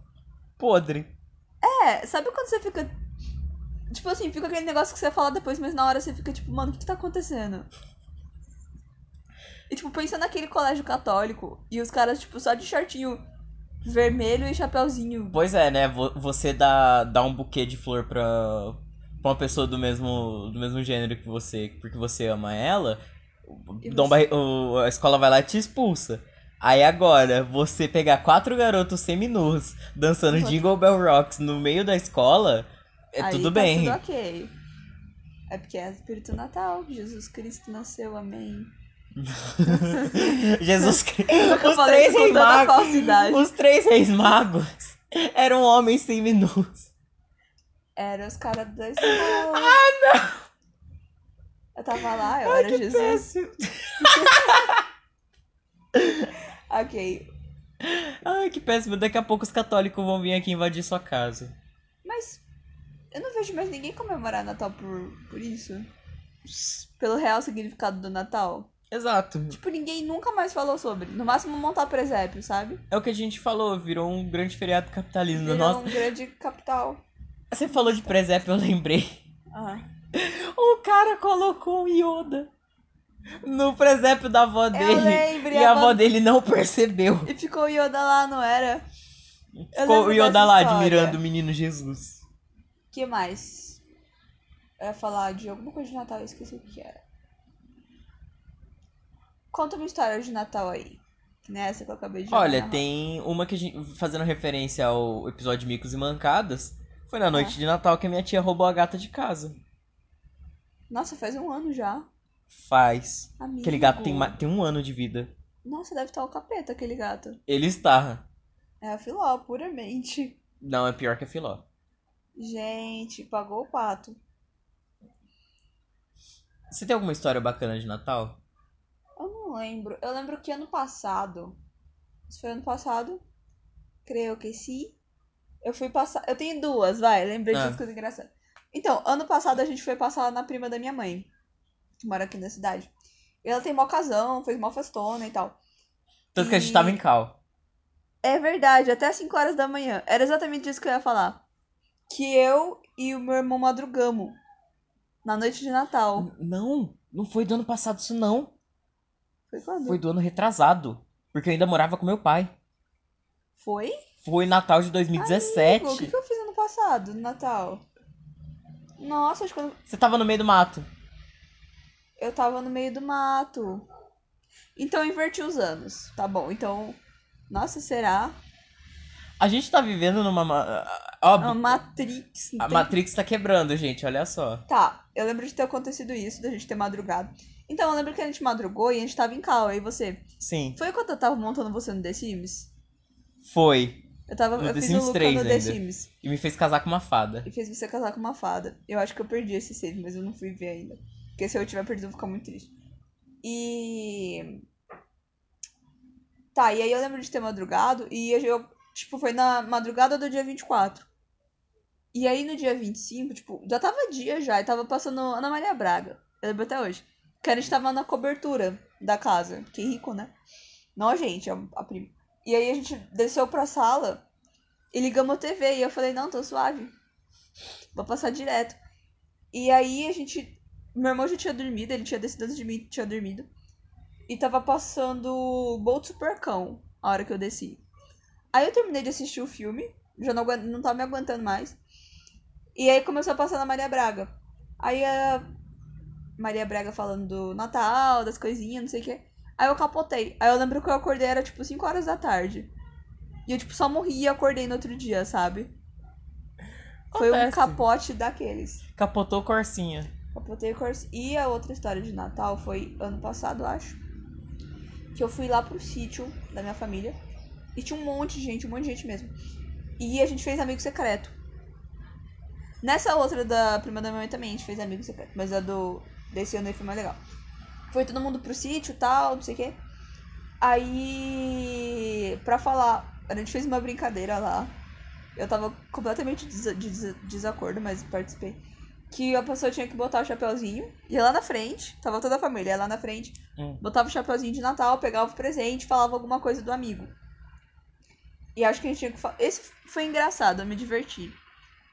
Podre.
É, sabe quando você fica. Tipo assim, fica aquele negócio que você fala depois, mas na hora você fica tipo, mano, o que, que tá acontecendo? E tipo, pensa naquele colégio católico e os caras, tipo, só de shortinho vermelho e chapéuzinho.
Pois é, né? vo- Você dá, dá um buquê de flor pra, pra uma pessoa do mesmo, do mesmo gênero que você, porque você ama ela,
E
dá um
você?
barri- o- a escola vai lá e te expulsa. Aí agora, você pegar quatro garotos seminus dançando
Puta.
Jingle Bell Rocks no meio da escola, é
Aí
tudo
tá
bem.
Tudo ok. É porque é Espírito Natal, Jesus Cristo nasceu, amém. assim.
Jesus Cristo.
nunca
Os
falei
três
isso com
reis
tanta
magos.
falsidade.
Os três reis magos eram homens seminus.
Era os caras da escola. Ah, não! Eu tava lá, eu era Jesus.
Péssimo.
Ok.
Ai, que péssimo. Daqui a pouco os católicos vão vir aqui invadir sua casa.
Mas eu não vejo mais ninguém comemorar Natal por, por isso. Pelo real significado do Natal.
Exato.
Tipo, ninguém nunca mais falou sobre. No máximo montar presépio, sabe?
É o que a gente falou, virou um grande feriado capitalismo.
Virou
Nossa,
um grande capital.
você falou de presépio, eu lembrei.
Ah.
O cara colocou um Yoda no presépio da avó
Eu
dele.
lembro.
E a avó dele não percebeu.
E ficou o Yoda lá, não era? Eu
Ficou o
lembro
Yoda
dessa
lá
história.
admirando o menino Jesus.
que mais? Eu ia falar de alguma coisa de Natal, eu esqueci o que era. Conta uma história de Natal aí. Que nem essa que eu acabei de
Olha,
narrar.
tem uma que a gente. Fazendo referência ao episódio Micos e Mancadas. Foi na noite
Ah.
de Natal que a minha tia roubou a gata de casa.
Nossa, faz um ano já.
Faz.
Amigo.
Aquele gato tem, ma- tem um ano de vida.
Nossa, deve estar o capeta aquele gato.
Ele está.
É a Filó, puramente.
Não, é pior que a Filó.
Gente, pagou o pato.
Você tem alguma história bacana de Natal?
Eu não lembro. Eu lembro que ano passado. Isso foi ano passado? Creio que sim. Eu fui passar. Eu tenho duas, vai. Lembrei de
Ah.
umas coisas engraçadas. Então, ano passado a gente foi passar lá na prima da minha mãe, que mora aqui na cidade. E ela tem mó casão, fez mó festona e tal.
Tanto que a gente
E-
tava em Cal.
É verdade, até 5 horas da manhã. Era exatamente isso que eu ia falar. Que eu e o meu irmão madrugamos na noite de Natal.
N- Não, não foi do ano passado isso não.
Foi quando?
Foi do ano retrasado. Porque eu ainda morava com meu pai.
Foi?
Foi Natal de
Pô, o que,
2017.
que eu fiz ano passado, no Natal? Nossa, acho que eu,
Você tava no meio do mato.
eu tava no meio do mato. Então eu inverti os anos. Tá bom, então. Nossa, será?
A gente tá vivendo numa. ma- ah,
É uma
Óbvio.
Matrix. não
A
tem-
Matrix tá quebrando, gente, olha só.
Tá, eu lembro de ter acontecido isso, da gente ter madrugado. Então eu lembro que a gente madrugou e a gente tava em cal, aí você.
Sim.
Foi quando eu tava montando você no The Sims?
Foi.
Eu tava.
No
eu
The
fiz
Sims
o Luca
3
no The
ainda.
Sims.
E me fez casar com uma fada.
e fez você casar com uma fada. Eu acho que eu perdi esse save, mas eu não fui ver ainda. Porque se eu tiver perdido, eu vou ficar muito triste. E. Tá, e aí eu lembro de ter madrugado e eu, tipo, foi na madrugada do dia 24. E aí no dia 25, tipo, já tava dia já, e tava passando Ana Maria Braga. Eu lembro até hoje. Que a gente tava na cobertura da casa. Que rico, né? Não a gente, a, a prima. E aí a gente desceu pra sala e ligamos a TV. E eu falei, não, tô suave. Vou passar direto. E aí a gente. Meu irmão já tinha dormido, ele tinha descido antes de mim, tinha dormido. E tava passando Bolt Supercão a hora que eu desci. Aí eu terminei de assistir o filme, já não, aguento, não tava me aguentando mais. E aí começou a passar na Maria Braga. Aí a Maria Braga falando do Natal, das coisinhas, não sei o que. Aí eu capotei. Aí eu lembro que eu acordei, era tipo 5 horas da tarde. E eu, tipo, só morri e acordei no outro dia, sabe? Foi um
Acontece.
capote daqueles.
Capotou corsinha.
Capotei o Corsa. E a outra história de Natal foi ano passado, eu acho. Que eu fui lá pro sítio da minha família. E tinha um monte de gente, um monte de gente mesmo. E a gente fez amigo secreto. Nessa outra da prima da minha mãe também a gente fez amigo secreto. Mas a do desse ano aí foi mais legal. Foi todo mundo pro sítio e tal, não sei o quê. Aí, pra falar, a gente fez uma brincadeira lá. Eu tava completamente desa- desa- desacordo, mas participei que a pessoa tinha que botar o chapeuzinho, ia lá na frente, tava toda a família, ia lá na frente,
Hum.
botava o chapeuzinho de Natal, pegava o presente, falava alguma coisa do amigo. E acho que a gente tinha que falar. Esse foi engraçado, eu me diverti.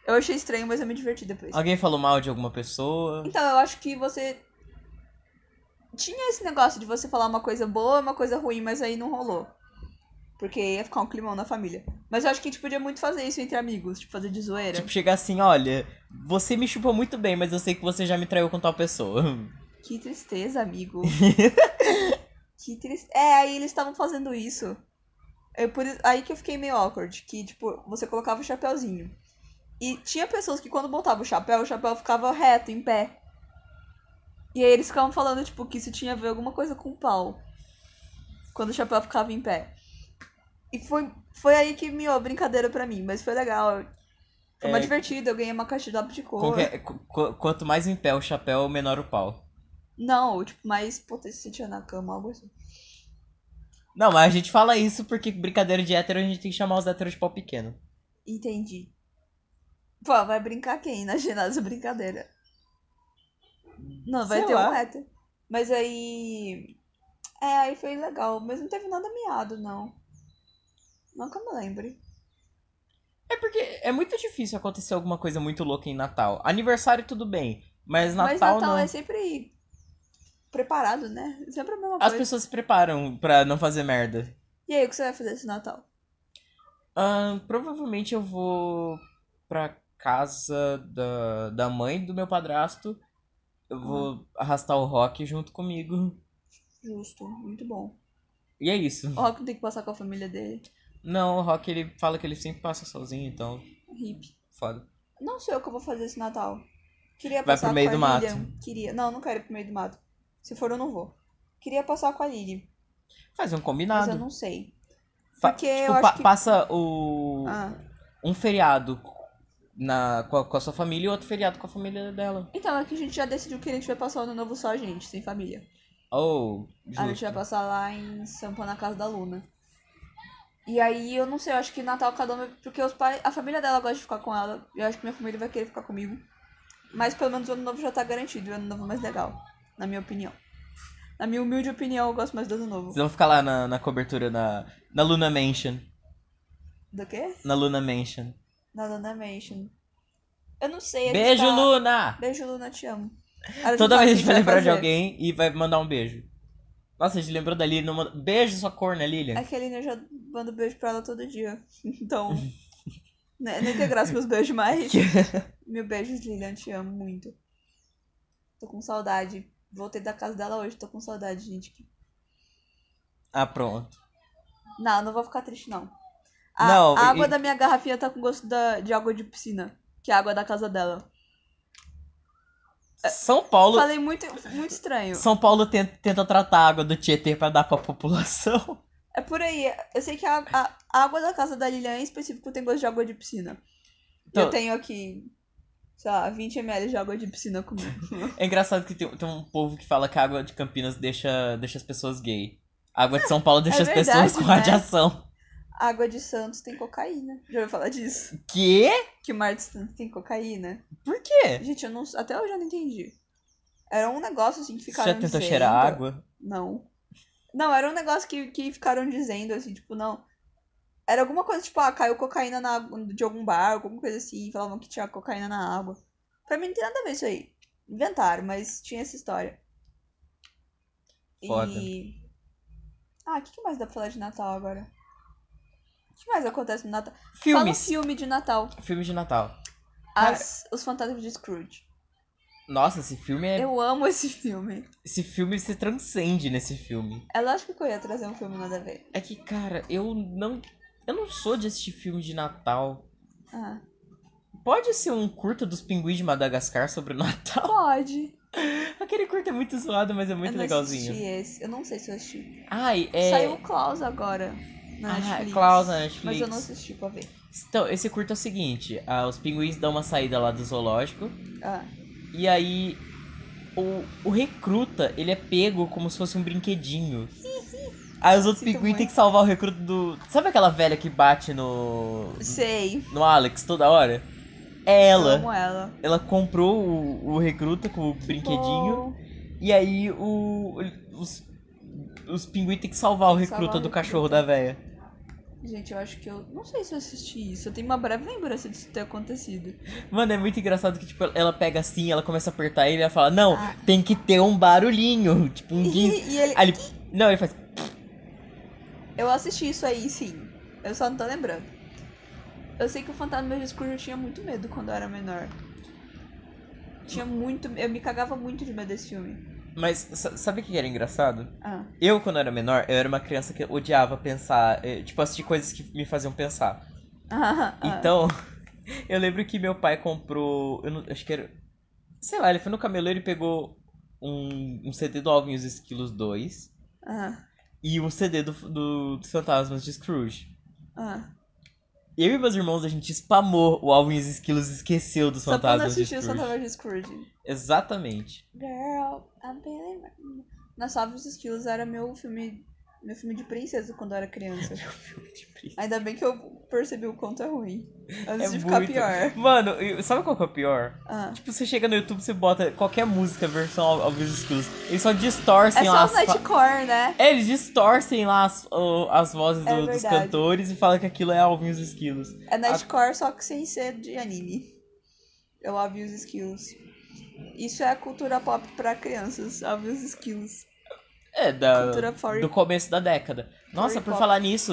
Eu achei estranho, mas eu me diverti depois.
Alguém falou mal de alguma pessoa?
Então, eu acho que você. Tinha esse negócio de você falar uma coisa boa e uma coisa ruim, mas aí não rolou. Porque ia ficar um climão na família. Mas eu acho que a gente podia muito fazer isso entre amigos, tipo, fazer de zoeira.
Tipo, chegar assim, olha, você me chupou muito bem, mas eu sei que você já me traiu com tal pessoa.
Que tristeza, amigo. que tristeza. É, aí eles estavam fazendo isso. Eu, por... isso- Aí que eu fiquei meio awkward. Que, tipo, você colocava o chapéuzinho. E tinha pessoas que quando botava o chapéu, o chapéu ficava reto, em pé. E aí eles ficavam falando, tipo, que isso tinha a ver alguma coisa com o pau. Quando o chapéu ficava em pé. E foi, foi aí que miou a brincadeira pra mim, mas foi legal. Foi uma
É.
divertida, eu ganhei uma caixa de lápis de cor.
Qualquer- qu- qu- quanto mais em pé o chapéu, menor o pau.
Não, tipo, mais potência você tinha na cama, algo assim.
Não, mas a gente fala isso porque brincadeira de hétero a gente tem que chamar os héteros de pau pequeno.
Entendi. Pô, vai brincar quem na ginásio brincadeira? Não, vai
Sei
ter
lá.
um hétero. Mas aí. É, aí foi legal. Mas não teve nada miado, não. Nunca me lembre.
É porque é muito difícil acontecer alguma coisa muito louca em Natal. Aniversário tudo bem, mas Natal,
Mas Natal
não.
é sempre preparado, né? Sempre a mesma
As
coisa.
pessoas se preparam pra não fazer merda.
E aí, o que você vai fazer esse Natal?
Ahn, provavelmente eu vou pra casa da, da mãe do meu padrasto. Eu vou
Hum.
arrastar o Rock junto comigo.
Justo, muito bom.
E é isso.
O Rock não tem que passar com a família dele.
Não, o Rock ele fala que ele sempre passa sozinho, então
Hip.
foda.
Não sei o que eu vou fazer esse Natal. Queria
Vai
passar
pro meio
com a
do mato.
Lilian. Queria. Não, não quero ir pro meio do mato. Se for, eu não vou. Queria passar com a Lilian.
Faz um
Mas
combinado.
eu não sei.
Fa-
Porque
tipo,
eu acho
pa-
que.
passa o
Ah.
um feriado na com a, com a sua família e outro feriado com a família dela.
Então, é que a gente já decidiu que a gente vai passar o ano novo só a gente, sem família.
Oh,
A gente
justo.
vai passar lá em Sampa, na casa da Luna. E aí, eu não sei, eu acho que Natal cada um... Porque os pais, a família dela gosta de ficar com ela. Eu acho que minha família vai querer ficar comigo. Mas pelo menos o ano novo já tá garantido. E o ano novo é mais legal, na minha opinião. Na minha humilde opinião, eu gosto mais do ano novo.
Vocês vão ficar lá na, na cobertura na, na Luna Mansion.
Do quê?
Na Luna Mansion.
Na Luna Mansion. Eu não sei, a gente
Beijo,
tá-
Luna!
Beijo, Luna, te amo. Ela já
Toda
sabe
vez a
o que
gente vai lembrar de
fazer.
alguém e vai mandar um beijo. Nossa, a gente lembrou da Lilian. manda- Beijo sua né, corna, Lilian.
É que a Aline eu já mando beijo pra ela todo dia. Então. né, não tem graça meus beijos mais. Meu beijo, Lilian, te amo muito. Tô com saudade. Voltei da casa dela hoje, tô com saudade, gente.
Ah, pronto.
Não, não vou ficar triste, não. A
Não,
a
e-
água da minha garrafinha tá com gosto da- de água de piscina, que é a água da casa dela.
São Paulo.
Falei muito, muito estranho.
São Paulo ten- tenta, tratar a água do Tietê pra dar pra população.
É por aí. Eu sei que a, a- a água da casa da Lilian em específico tem gosto de água de piscina. E
Então-
Eu tenho aqui, sei lá, 20 ml de água de piscina comigo.
É engraçado que tem, tem um povo que fala que a água de Campinas deixa, deixa as pessoas gay. A água de São Paulo deixa as
É verdade,
pessoas com
né?
radiação.
Água de Santos tem cocaína. Já ouviu falar disso?
Quê?
Que o mar de Santos tem cocaína.
Por quê?
Gente, eu não. Até hoje eu não entendi. Era um negócio assim que
Você
ficaram
já tentou
dizendo.
cheirar água?
Não. Não, era um negócio que, que ficaram dizendo, assim, tipo, não. Era alguma coisa, tipo, ah, caiu cocaína na, água de algum barco, alguma coisa assim, falavam que tinha cocaína na água. Pra mim não tem nada a ver isso aí. Inventaram, mas tinha essa história.
Foda.
E. Ah, o que, que mais dá pra falar de Natal agora? O que mais acontece no Natal? Fala um
Filmes.
filme de Natal.
Filmes de Natal.
As, os Fantasmas de Scrooge.
Nossa, esse filme é.
Eu amo esse filme.
Esse filme se transcende nesse filme.
É lógico que eu ia trazer um filme nada a ver.
É que, cara, eu não. Eu não sou de assistir filme de Natal.
Ah,
Pode ser um curta dos pinguins de Madagascar sobre o Natal?
pode.
Aquele curta é muito zoado, mas é muito
eu não
legalzinho.
assisti esse. Eu não sei se eu assisti.
Ai, é.
Saiu o Klaus agora na
Ah,
Netflix.
Klaus na Netflix.
Mas eu não assisti pra ver.
Então, esse curto é o seguinte: ah, os pinguins dão uma saída lá do zoológico.
Ah,
E aí. O, o recruta, ele é pego como se fosse um brinquedinho. Aí os outros
Sinto
pinguins têm
muito.
que salvar o recruta do. Sabe aquela velha que bate no.
sei.
no Alex toda hora? É
Eu
ela.
amo ela.
Ela comprou o, o recruta com o brinquedinho.
Bom,
E aí o. Os, os pinguins têm que salvar o
Tem que
recruta
salvar o
do cachorro
recruta.
da véia.
Gente, eu acho que eu. Não sei se eu assisti isso. Eu tenho uma breve lembrança disso ter acontecido.
Mano, é muito engraçado que, tipo, ela pega assim, ela começa a apertar ele e ela fala, não,
Ah.
tem que ter um barulhinho. Tipo, um guincho.
E, ele.
Aí ele. Não, ele faz.
Eu assisti isso aí, sim. Eu só não tô lembrando. Eu sei que o Fantasma de Scrooge eu tinha muito medo quando eu era menor. Tinha muito. Eu me cagava muito de medo desse filme.
Mas sa- sabe o que era engraçado?
Ah,
Eu, quando era menor, eu era uma criança que odiava pensar, eh, tipo, assistir coisas que me faziam pensar.
ah, ah.
Então, eu lembro que meu pai comprou. Eu não, acho que era. Sei lá, ele foi no camelô e pegou um, um CD do Alvin e os Esquilos 2
ah,
e um CD do, do- dos Fantasmas de Scrooge.
ah.
Eu e meus irmãos, a gente spamou o Alvin e os Esquilos esqueceu dos
Só pra não
Fantasmas de
assistir o
Scrooge.
Fantasma de Scrooge.
Exatamente.
Girl, I'm feeling... right. Na Suave dos Esquilos era meu filme... Meu filme de princesa quando eu era criança. Ainda bem que eu percebi o quanto é ruim. Antes
É
de ficar pior.
Mano, e- sabe qual que é o pior?
Ah.
Tipo, você chega no YouTube, você bota qualquer música, versão Al- Alvin e os Esquilos. Eles só distorcem
É
lá
só os
Assim, as fa-
Nightcore, né?
É, eles distorcem lá as, o- as vozes
É
do- dos
verdade.
cantores e falam que aquilo é Alvin e os Esquilos.
É Nightcore, só que sem ser de anime. Eu ouvi os esquilos. Isso é a cultura pop pra crianças. Ouvi os esquilos.
É, da,
Cultura for-
do começo da década. Nossa, por
pop.
falar nisso,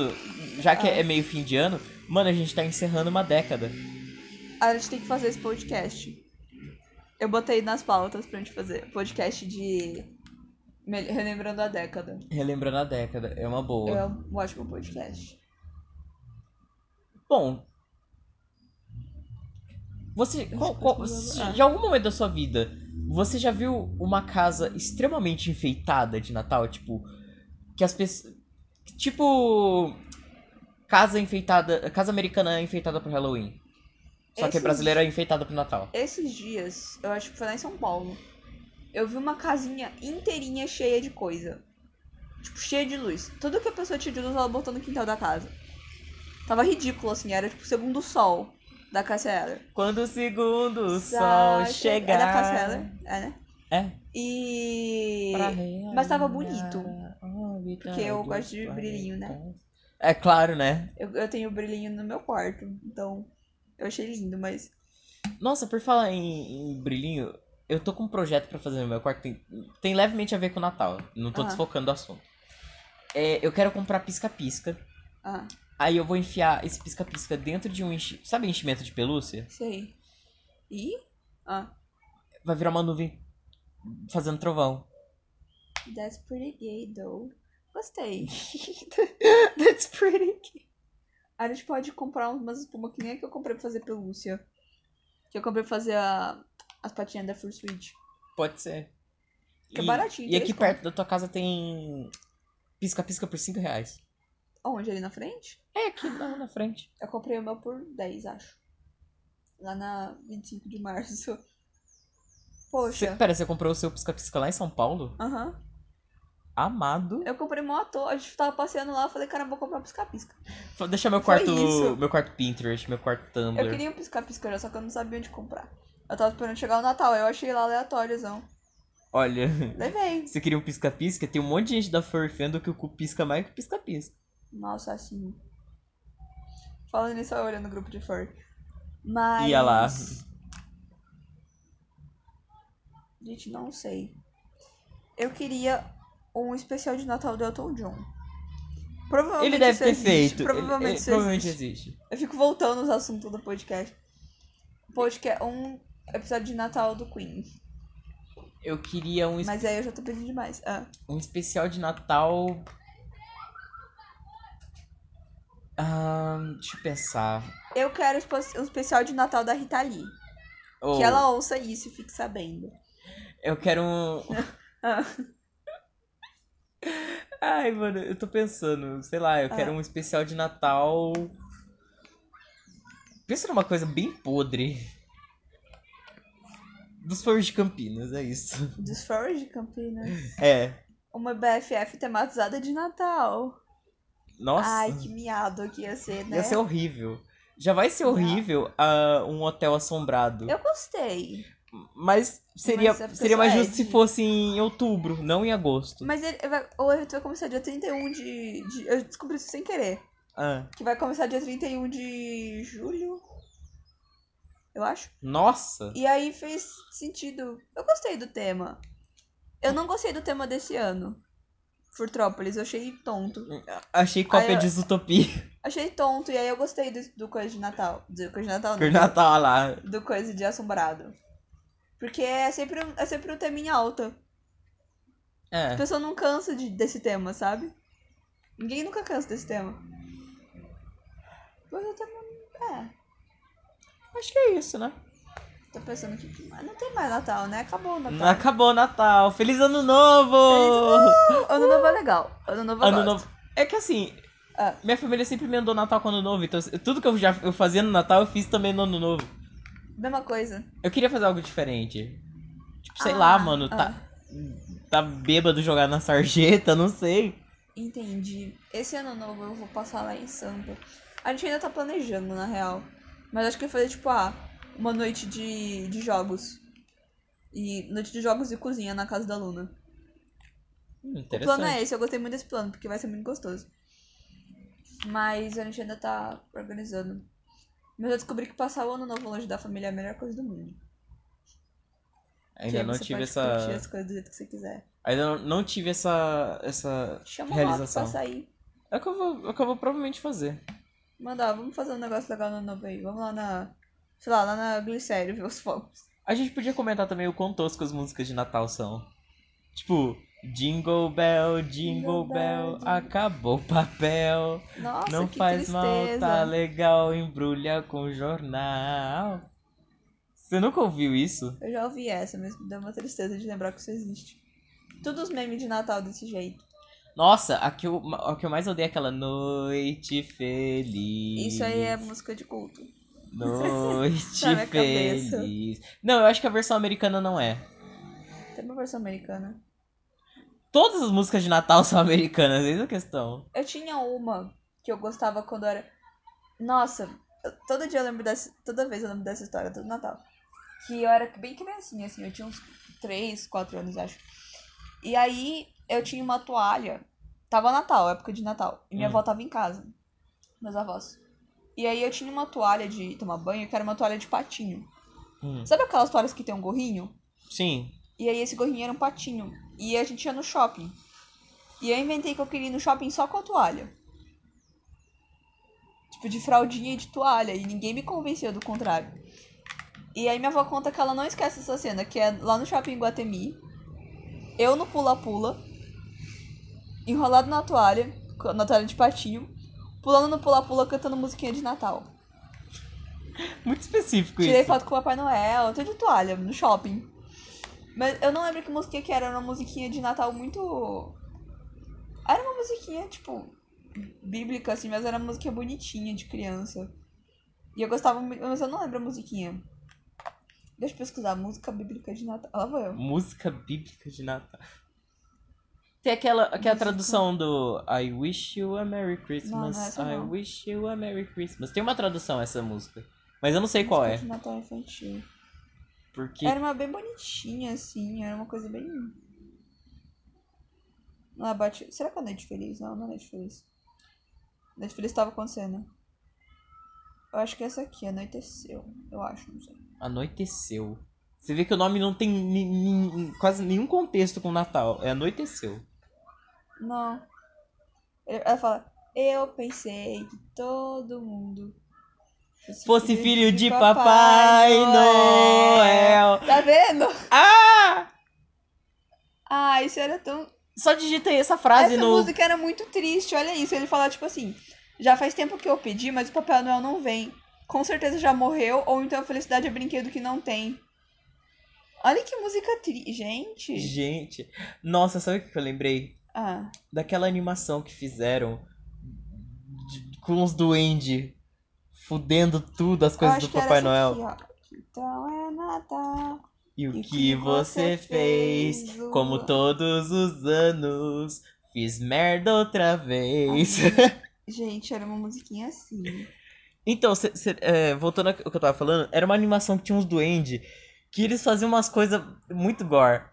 já que
Ah.
é meio fim de ano, mano, a gente tá encerrando uma década.
A gente tem que fazer esse podcast. Eu botei nas pautas pra gente fazer. Podcast de. me- Relembrando a década.
Relembrando a década, é uma boa.
É um ótimo podcast.
Bom. Você.
Eu
qual-
acho que
qual-
eu tô
se-
falando-
de algum momento da sua vida, você já viu uma casa extremamente enfeitada de Natal? Tipo. Que as pessoas. Tipo. Casa enfeitada. Casa americana é enfeitada pro Halloween. Só que
Esses-
a brasileira é enfeitada pro Natal.
Esses dias, eu acho que foi lá em São Paulo, eu vi uma casinha inteirinha cheia de coisa. Tipo, cheia de luz. Tudo que a pessoa tinha de luz, ela botou no quintal da casa. Tava ridículo, assim. Era tipo o segundo sol da Cassia Eller.
Quando o segundo
Sa-
sol chegar.
É da Cassia Eller, é, né?
É.
E...
Pra real,
mas tava bonito.
Porque
eu gosto de brilhinho, né?
É claro, né?
Eu, eu tenho brilhinho no meu quarto, então... Eu achei lindo, mas...
Nossa, por falar em, em brilhinho, eu tô com um projeto pra fazer no meu quarto. Tem, tem levemente a ver com o Natal. Não tô
Ah.
desfocando do assunto. É, eu quero comprar pisca-pisca.
Ah,
Aí eu vou enfiar esse pisca-pisca dentro de um enchi... Sabe enchimento de pelúcia?
sei. E... Ah,
Vai virar uma nuvem fazendo trovão.
that's pretty gay, though. Gostei.
That's pretty.
A gente pode comprar umas espumas que nem a que eu comprei pra fazer pelúcia. Que eu comprei pra fazer a- as patinhas da Full Switch.
Pode ser.
Que é
E-
baratinho,
E aqui
três conto.
perto da tua casa tem pisca-pisca por 5 reais.
Onde? Ali na frente?
É, aqui na, na frente.
Eu comprei o meu por 10, acho. Lá na 25 de março.
Você,
Poxa.
pera, você comprou o seu pisca-pisca lá em São Paulo?
Aham.
Amado.
Eu comprei mó à toa, a gente tava passeando lá, eu falei, cara, eu vou comprar um pisca-pisca.
Vou deixar meu
Foi
quarto.
isso.
Meu quarto Pinterest, meu quarto Tumblr.
Eu queria um pisca-pisca já, só que eu não sabia onde comprar. Eu tava esperando chegar o Natal, eu achei lá aleatóriozão.
Olha,
Levei.
você queria um pisca-pisca? Tem um monte de gente da Furry Fandom que o cu pisca mais que pisca-pisca.
Nossa, assim. Falando nisso, eu olhando no grupo de furry. Mas.
Ia lá.
Gente, não sei. Eu queria um especial de Natal do Elton John. Provavelmente
Ele deve
isso
ter
existe,
feito. ele-
Provavelmente
ele-
isso
provavelmente
existe.
existe.
Eu fico voltando aos assuntos do podcast. Podcast, um episódio de Natal do Queen.
Eu queria um, es-
Mas aí eu já tô pedindo demais. Ah,
um especial de Natal. Ah, deixa eu pensar.
eu quero espe- um especial de Natal da Rita Lee.
Oh,
Que ela ouça isso e fique sabendo.
Eu quero um.
Ah.
Ai, mano, eu tô pensando, sei lá, eu
Ah.
quero um especial de Natal. Pensa numa coisa bem podre. Dos fãs de Campinas, é isso.
Dos furries de Campinas.
É.
Uma BFF tematizada de Natal.
Nossa,
Ai, que miado que ia ser, né?
ia ser horrível. Já vai ser
Não.
horrível ah, um hotel assombrado.
Eu gostei.
Mas seria,
Mas é porque
seria mais
só é
justo se
de-
fosse em outubro, não em agosto.
Mas ele vai, o evento vai começar dia 31 de, de. Eu descobri isso sem querer.
Ah.
Que vai começar dia 31 de julho. Eu acho.
Nossa!
E aí fez sentido. Eu gostei do tema. Eu não gostei do tema desse ano. Furtrópolis, eu achei tonto.
Achei cópia
Aí eu-
de Zootopia.
Achei tonto, e aí eu gostei do, do coisa de Natal. Do coisa de Natal,
Por
não.
Natal lá.
do coisa de assombrado. Porque é sempre um, é sempre um teminha alta.
É.
A pessoa não cansa de, desse tema, sabe? Ninguém nunca cansa desse tema. Mas eu também. É.
Acho que é isso, né?
Tô pensando que. que- Mas não tem mais Natal, né? Acabou o
Não é?
Natal.
Acabou o Natal. Feliz Ano Novo!
Ano novo é legal. Ano novo eu
ano
gosto.
Novo. É que assim,
Ah.
minha família sempre emendou Natal com Ano Novo, então tudo que eu já eu fazia no Natal eu fiz também no Ano Novo.
Mesma coisa.
Eu queria fazer algo diferente. Tipo, sei
Ah,
lá, mano,
ah.
tá, tá bêbado jogar na sarjeta, não sei.
Entendi. Esse ano novo eu vou passar lá em Sampa. A gente ainda tá planejando, na real. Mas acho que eu fazer, tipo, ah, uma noite de, de jogos. E noite de jogos e cozinha na casa da Luna.
Hum,
O plano é
interessante.
esse, eu gostei muito desse plano, porque vai ser muito gostoso. Mas a gente ainda tá organizando. Mas eu descobri que passar o ano novo longe da família é a melhor coisa do mundo.
Ainda
Porque
não
você
tive
pode curtir
essa.
as coisas do jeito que você quiser.
Ainda não, não tive essa. essa.
Chama o Rafa pra
Realização.
sair.
É o que eu vou, é o que eu vou provavelmente fazer.
Manda, ó, vamos fazer um negócio legal no ano novo aí. Vamos lá na. Sei lá, lá na Glicério ver os fogos.
A gente podia comentar também o quão tosco as músicas de Natal são. Tipo, Jingle Bell, Jingle
Jingle Bell,
Bell,
Jingle-
acabou o papel.
Nossa,
não
que
faz mal,
tristeza.
tá legal, embrulha com jornal. Você nunca ouviu isso?
Eu já ouvi essa, mas me deu uma tristeza de lembrar que isso existe. Todos os memes de Natal desse jeito.
Nossa, a que eu, ma- a que eu mais odeio é aquela Noite Feliz.
Isso aí é música de culto.
Noite
Tá na minha cabeça.
Feliz. Não, eu acho que a versão americana não é.
Tem uma versão americana.
Todas as músicas de Natal são americanas, eis a questão.
Eu tinha uma que eu gostava quando era. Nossa, eu- todo dia eu lembro dessa. Toda vez eu lembro dessa história, todo Natal. Que eu era bem criancinha, assim, eu tinha uns 3, 4 anos, acho. E aí eu tinha uma toalha. Tava Natal, época de Natal. E minha
Hum.
avó tava em casa. Meus avós. E aí eu tinha uma toalha de tomar banho, que era uma toalha de patinho.
Hum,
Sabe aquelas toalhas que tem um gorrinho?
Sim.
E aí esse gorrinho era um patinho. E a gente ia no shopping. E eu inventei que eu queria ir no shopping só com a toalha. Tipo, de fraldinha e de toalha. E ninguém me convenceu do contrário. E aí minha avó conta que ela não esquece essa cena, que é lá no shopping Guatemi. Eu no pula-pula. Enrolado na toalha. com- Na toalha de patinho. Pulando no pula-pula, cantando musiquinha de Natal.
Muito específico
Tirei
isso.
foto com o Papai Noel, tô de toalha, no shopping. Mas eu não lembro que música que era, era uma musiquinha de Natal muito. Era uma musiquinha, tipo, bíblica, assim, mas era uma musiquinha bonitinha de criança. E eu gostava muito, mas eu não lembro a musiquinha. Deixa eu pesquisar, música bíblica de Natal. Lá vou eu.
Música bíblica de Natal. Tem aquela, aquela
Música.
tradução do I wish you a Merry
Não, não é
Christmas,
essa
I
não.
wish you a Merry Christmas. Tem uma tradução essa música, mas eu não sei qual é,
De Natal infantil.
porque
Era uma bem bonitinha, assim, era uma coisa bem. Lá bate... Será que é a Noite Feliz? Não, não é Noite Feliz. Noite Feliz tava acontecendo. Eu acho que é essa aqui, anoiteceu. Eu acho, não sei.
anoiteceu. Você vê que o nome não tem ni- ni- quase nenhum contexto com o Natal, é anoiteceu.
Não. Ele- Ela fala, eu pensei que todo mundo
Fosse filho de Papai Noel.
Tá vendo?
Ah!
Ah, isso era tão.
Só digitei essa frase
Essa
no
música era muito triste, olha isso. Ele fala, tipo assim, já faz tempo que eu pedi, mas o Papai Noel não vem. Com certeza já morreu, ou então a felicidade é brinquedo que não tem. Olha que música triste. Gente.
Gente, nossa, sabe o que que eu lembrei?
Ah,
Daquela animação que fizeram de- com os duende fudendo tudo, as
eu
coisas
acho
do
que era
Papai
essa
Noel.
aqui, ó. Então é Natal.
E o que você fez,
fez, o-
como todos os anos, fiz merda outra vez.
Gente, era uma musiquinha assim.
Então, cê- cê- é, voltando ao que eu tava falando, era uma animação que tinha uns duende que eles faziam umas coisas muito gore.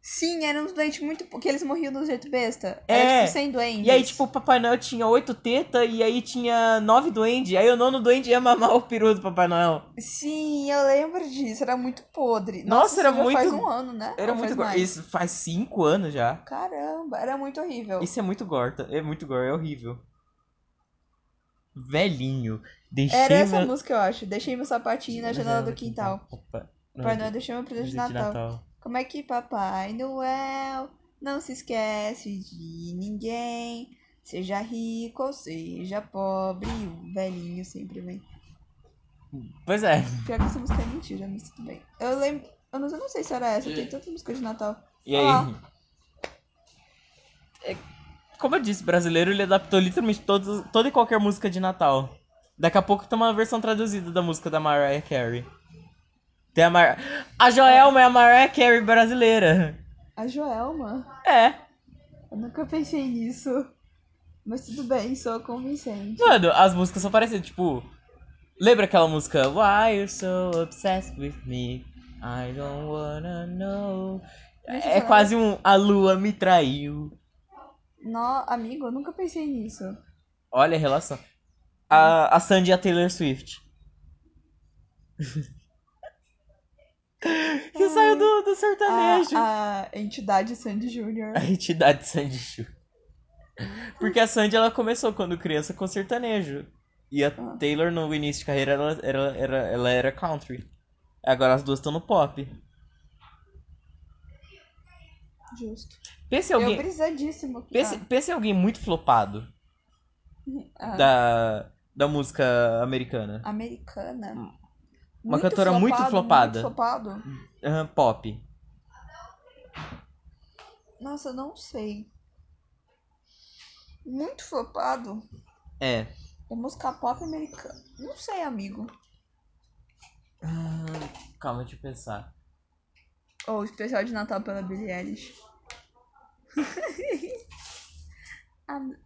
Sim, era uns doentes muito. Porque eles morriam de um jeito besta.
É.
Era tipo sem doentes.
E aí, tipo, o Papai Noel tinha oito teta e aí tinha nove duende. Aí o nono duende ia mamar o peru do Papai Noel.
Sim, eu lembro disso. Era muito podre.
Nossa, era
isso já Faz
muito-
um ano, né?
Era
Ou
muito
faz
gore.
mais?
Isso faz cinco anos já.
Caramba, era muito horrível.
Isso é muito gore, tá? é muito gore, é horrível. Velhinho. Deixei
Era essa
meu...
música, eu acho. Deixei meu sapatinho na janela do quintal.
Opa. é
Papai Noel deixou meu presente de Natal. Como é que Papai Noel não se esquece de ninguém? Seja rico ou seja pobre, o velhinho sempre vem.
Pois é.
Pior que essa música é mentira, mas tudo bem. Eu lembro. Eu não, eu não sei se era essa, tem tanta música de Natal.
E aí? É, como eu disse, brasileiro ele adaptou literalmente todos, toda e qualquer música de Natal. Daqui a pouco tem uma versão traduzida da música da Mariah Carey. Tem a Mar... A Joelma é a Mariah Carey brasileira.
A Joelma?
É.
Eu nunca pensei nisso. Mas tudo bem, sou convincente.
Mano, as músicas são parecidas, tipo. Lembra aquela música Why You're So Obsessed With Me? I don't wanna know.
Deixa eu
É
falar.
quase um A Lua me traiu.
No, amigo, eu nunca pensei nisso.
Olha a relação. A, a Sandy e a Taylor Swift. que saiu do, do sertanejo. A,
A, a entidade Sandy Júnior.
entidade Sandy Chu. Porque a Sandy ela começou quando criança com sertanejo. E a
Ah.
Taylor no início de carreira ela era, era, ela era country. Agora as duas estão no pop.
Justo.
Pensa em
Eu
alguém,
brisadíssimo aqui.
pensa, pensa em alguém muito flopado
Ah, ah,
da, da música americana.
Americana.
Hum, Uma cantora muito flopada.
Muito flopado.
Aham, pop.
Nossa, eu não sei. Muito flopado.
É.
É música pop americana. Não sei, amigo.
Ah, Calma, deixa eu pensar.
Ou o especial de Natal pela Billie Eilish.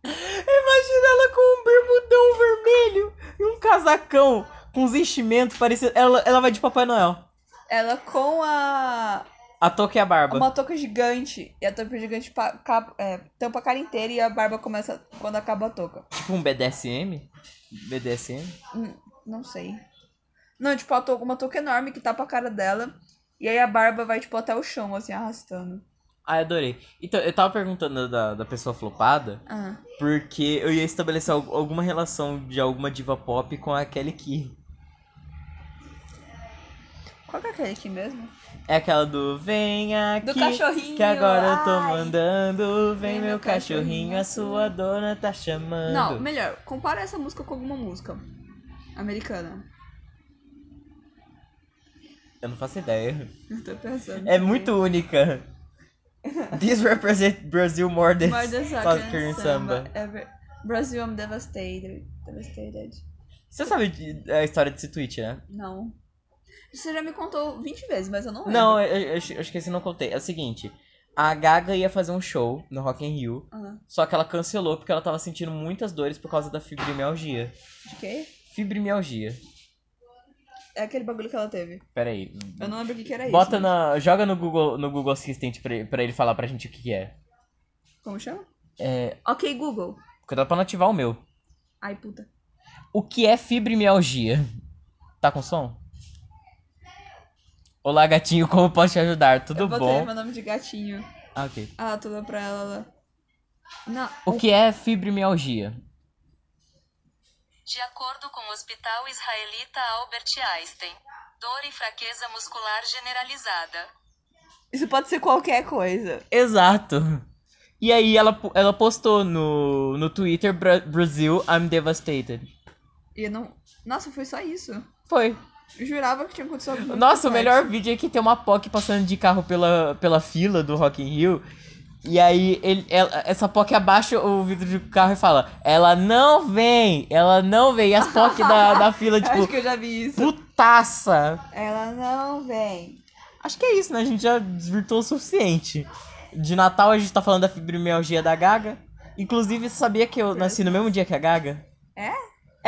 Imagina ela com um bermudão vermelho e um casacão com uns enchimentos parecidos. Ela, ela vai de Papai Noel.
Ela com a.
A touca e a barba.
Uma touca gigante. E a touca gigante pa- cap- é, tampa a cara inteira e a barba começa quando acaba a touca.
Tipo um BDSM? BDSM?
Hum, Não sei. Não, tipo, a touca- uma touca enorme que tapa a cara dela. E aí a barba vai, tipo, até o chão, assim, arrastando.
Ah, eu adorei. Então, eu tava perguntando da, da pessoa flopada
Ah.
porque eu ia estabelecer al- alguma relação de alguma diva pop com a Kelly Key.
Qual que é aquele aqui mesmo?
É aquela do Vem aqui.
Do cachorrinho.
Que agora eu tô
ai.
mandando. Vem,
Vem
meu,
meu
cachorrinho,
cachorrinho,
a sua dona tá chamando.
Não, melhor, compara essa música com alguma música americana.
Eu não faço ideia.
Eu tô pensando.
É muito única. This represent Brazil more than
More than
South Korean
samba.
samba.
Ever... Brasil, I'm devastated. Devastated.
Você sabe de- a história desse tweet, né?
Não. Você já me contou 20 vezes, mas eu não lembro.
Não, eu, eu, eu esqueci, não contei. É o seguinte. A Gaga ia fazer um show no Rock in Rio,
Ah,
só que ela cancelou porque ela tava sentindo muitas dores por causa da fibromialgia.
de quê?
Fibromialgia.
É aquele bagulho que ela teve.
Pera aí.
Eu não lembro o que, que era
Bota
isso.
na, joga no Google, no Google Assistant pra, pra ele falar pra gente o que que é.
Como chama?
É,
Ok, Google.
cuidado pra não ativar o meu.
Ai, puta.
O que é fibromialgia? Tá com som? Olá, gatinho, como posso te ajudar? Tudo
eu botei
bom?
meu nome de gatinho.
Ah, ok.
Ah, tu dá pra ela lá. Não.
O que é fibromialgia?
De acordo com o Hospital Israelita Albert Einstein, dor e fraqueza muscular generalizada.
Isso pode ser qualquer coisa.
Exato. E aí ela, po- ela postou no, no Twitter Bra Brasil I'm devastated.
E eu não. Nossa, foi só isso.
Foi.
Eu jurava que tinha acontecido alguma coisa.
Nossa, o
complexo.
melhor vídeo é que tem uma POC passando de carro pela, pela fila do Rock in Rio. E aí ele, ela- essa POC abaixa o vidro do carro e fala Ela não vem, ela não vem. E as POC da, da fila,
Eu Acho
tipo,
que eu já vi isso.
putaça.
Ela não vem.
Acho que é isso, né? A gente já desvirtuou o suficiente. De Natal a gente tá falando da fibromialgia da Gaga. Inclusive, você sabia que eu nasci no mesmo dia que a Gaga?
É?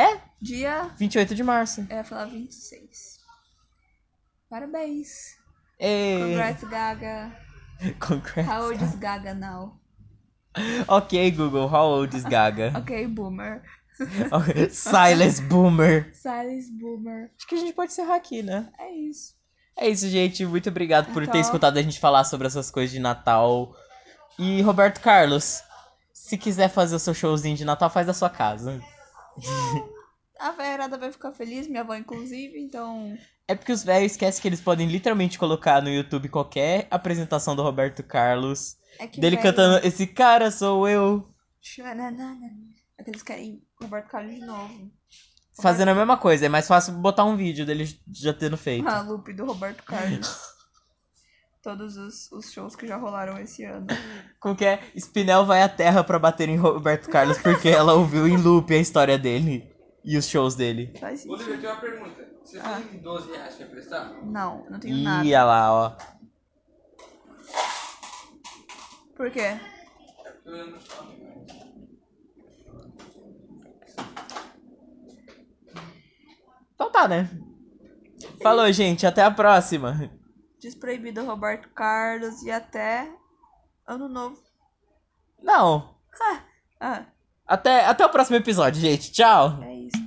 É,
Dia.
28 de março.
Eu ia falar 26. Parabéns.
Ei,
Congrats, Gaga.
congrats.
How old is Gaga now?
Ok, Google, how old is Gaga?
Ok, boomer.
Silence Boomer.
Silence boomer.
Acho que a gente pode encerrar aqui, né?
É isso.
É isso, gente. Muito obrigado por ter
Então-
escutado a gente falar sobre essas coisas de Natal. E, Roberto Carlos, se quiser fazer o seu showzinho de Natal, faz da sua casa.
A Verada vai ficar feliz, minha avó, inclusive, então.
É porque os velhos esquecem que eles podem literalmente colocar no YouTube qualquer apresentação do Roberto Carlos.
É que
dele
velho-
cantando Esse cara sou eu.
Xananana. É que eles querem Roberto Carlos de novo.
Fazendo a mesma coisa. É mais fácil botar um vídeo dele já tendo feito.
Uma loop do Roberto Carlos. Todos os, os shows que já rolaram esse ano.
Como que é? Spinel vai à terra pra bater em Roberto Carlos porque ela ouviu em loop a história dele. E os shows dele.
Faz isso.
Rodrigo, eu tenho uma pergunta. Você tem 12 reais pra emprestar?
Não, eu não tenho
Ih,
nada.
olha lá, ó.
Por quê?
Eu não falo.
Então tá, né? Falou, gente. Até a próxima.
Desproibido Roberto Carlos e até ano novo.
Não.
Ah,
Até, até o próximo episódio, gente. Tchau.
é isso.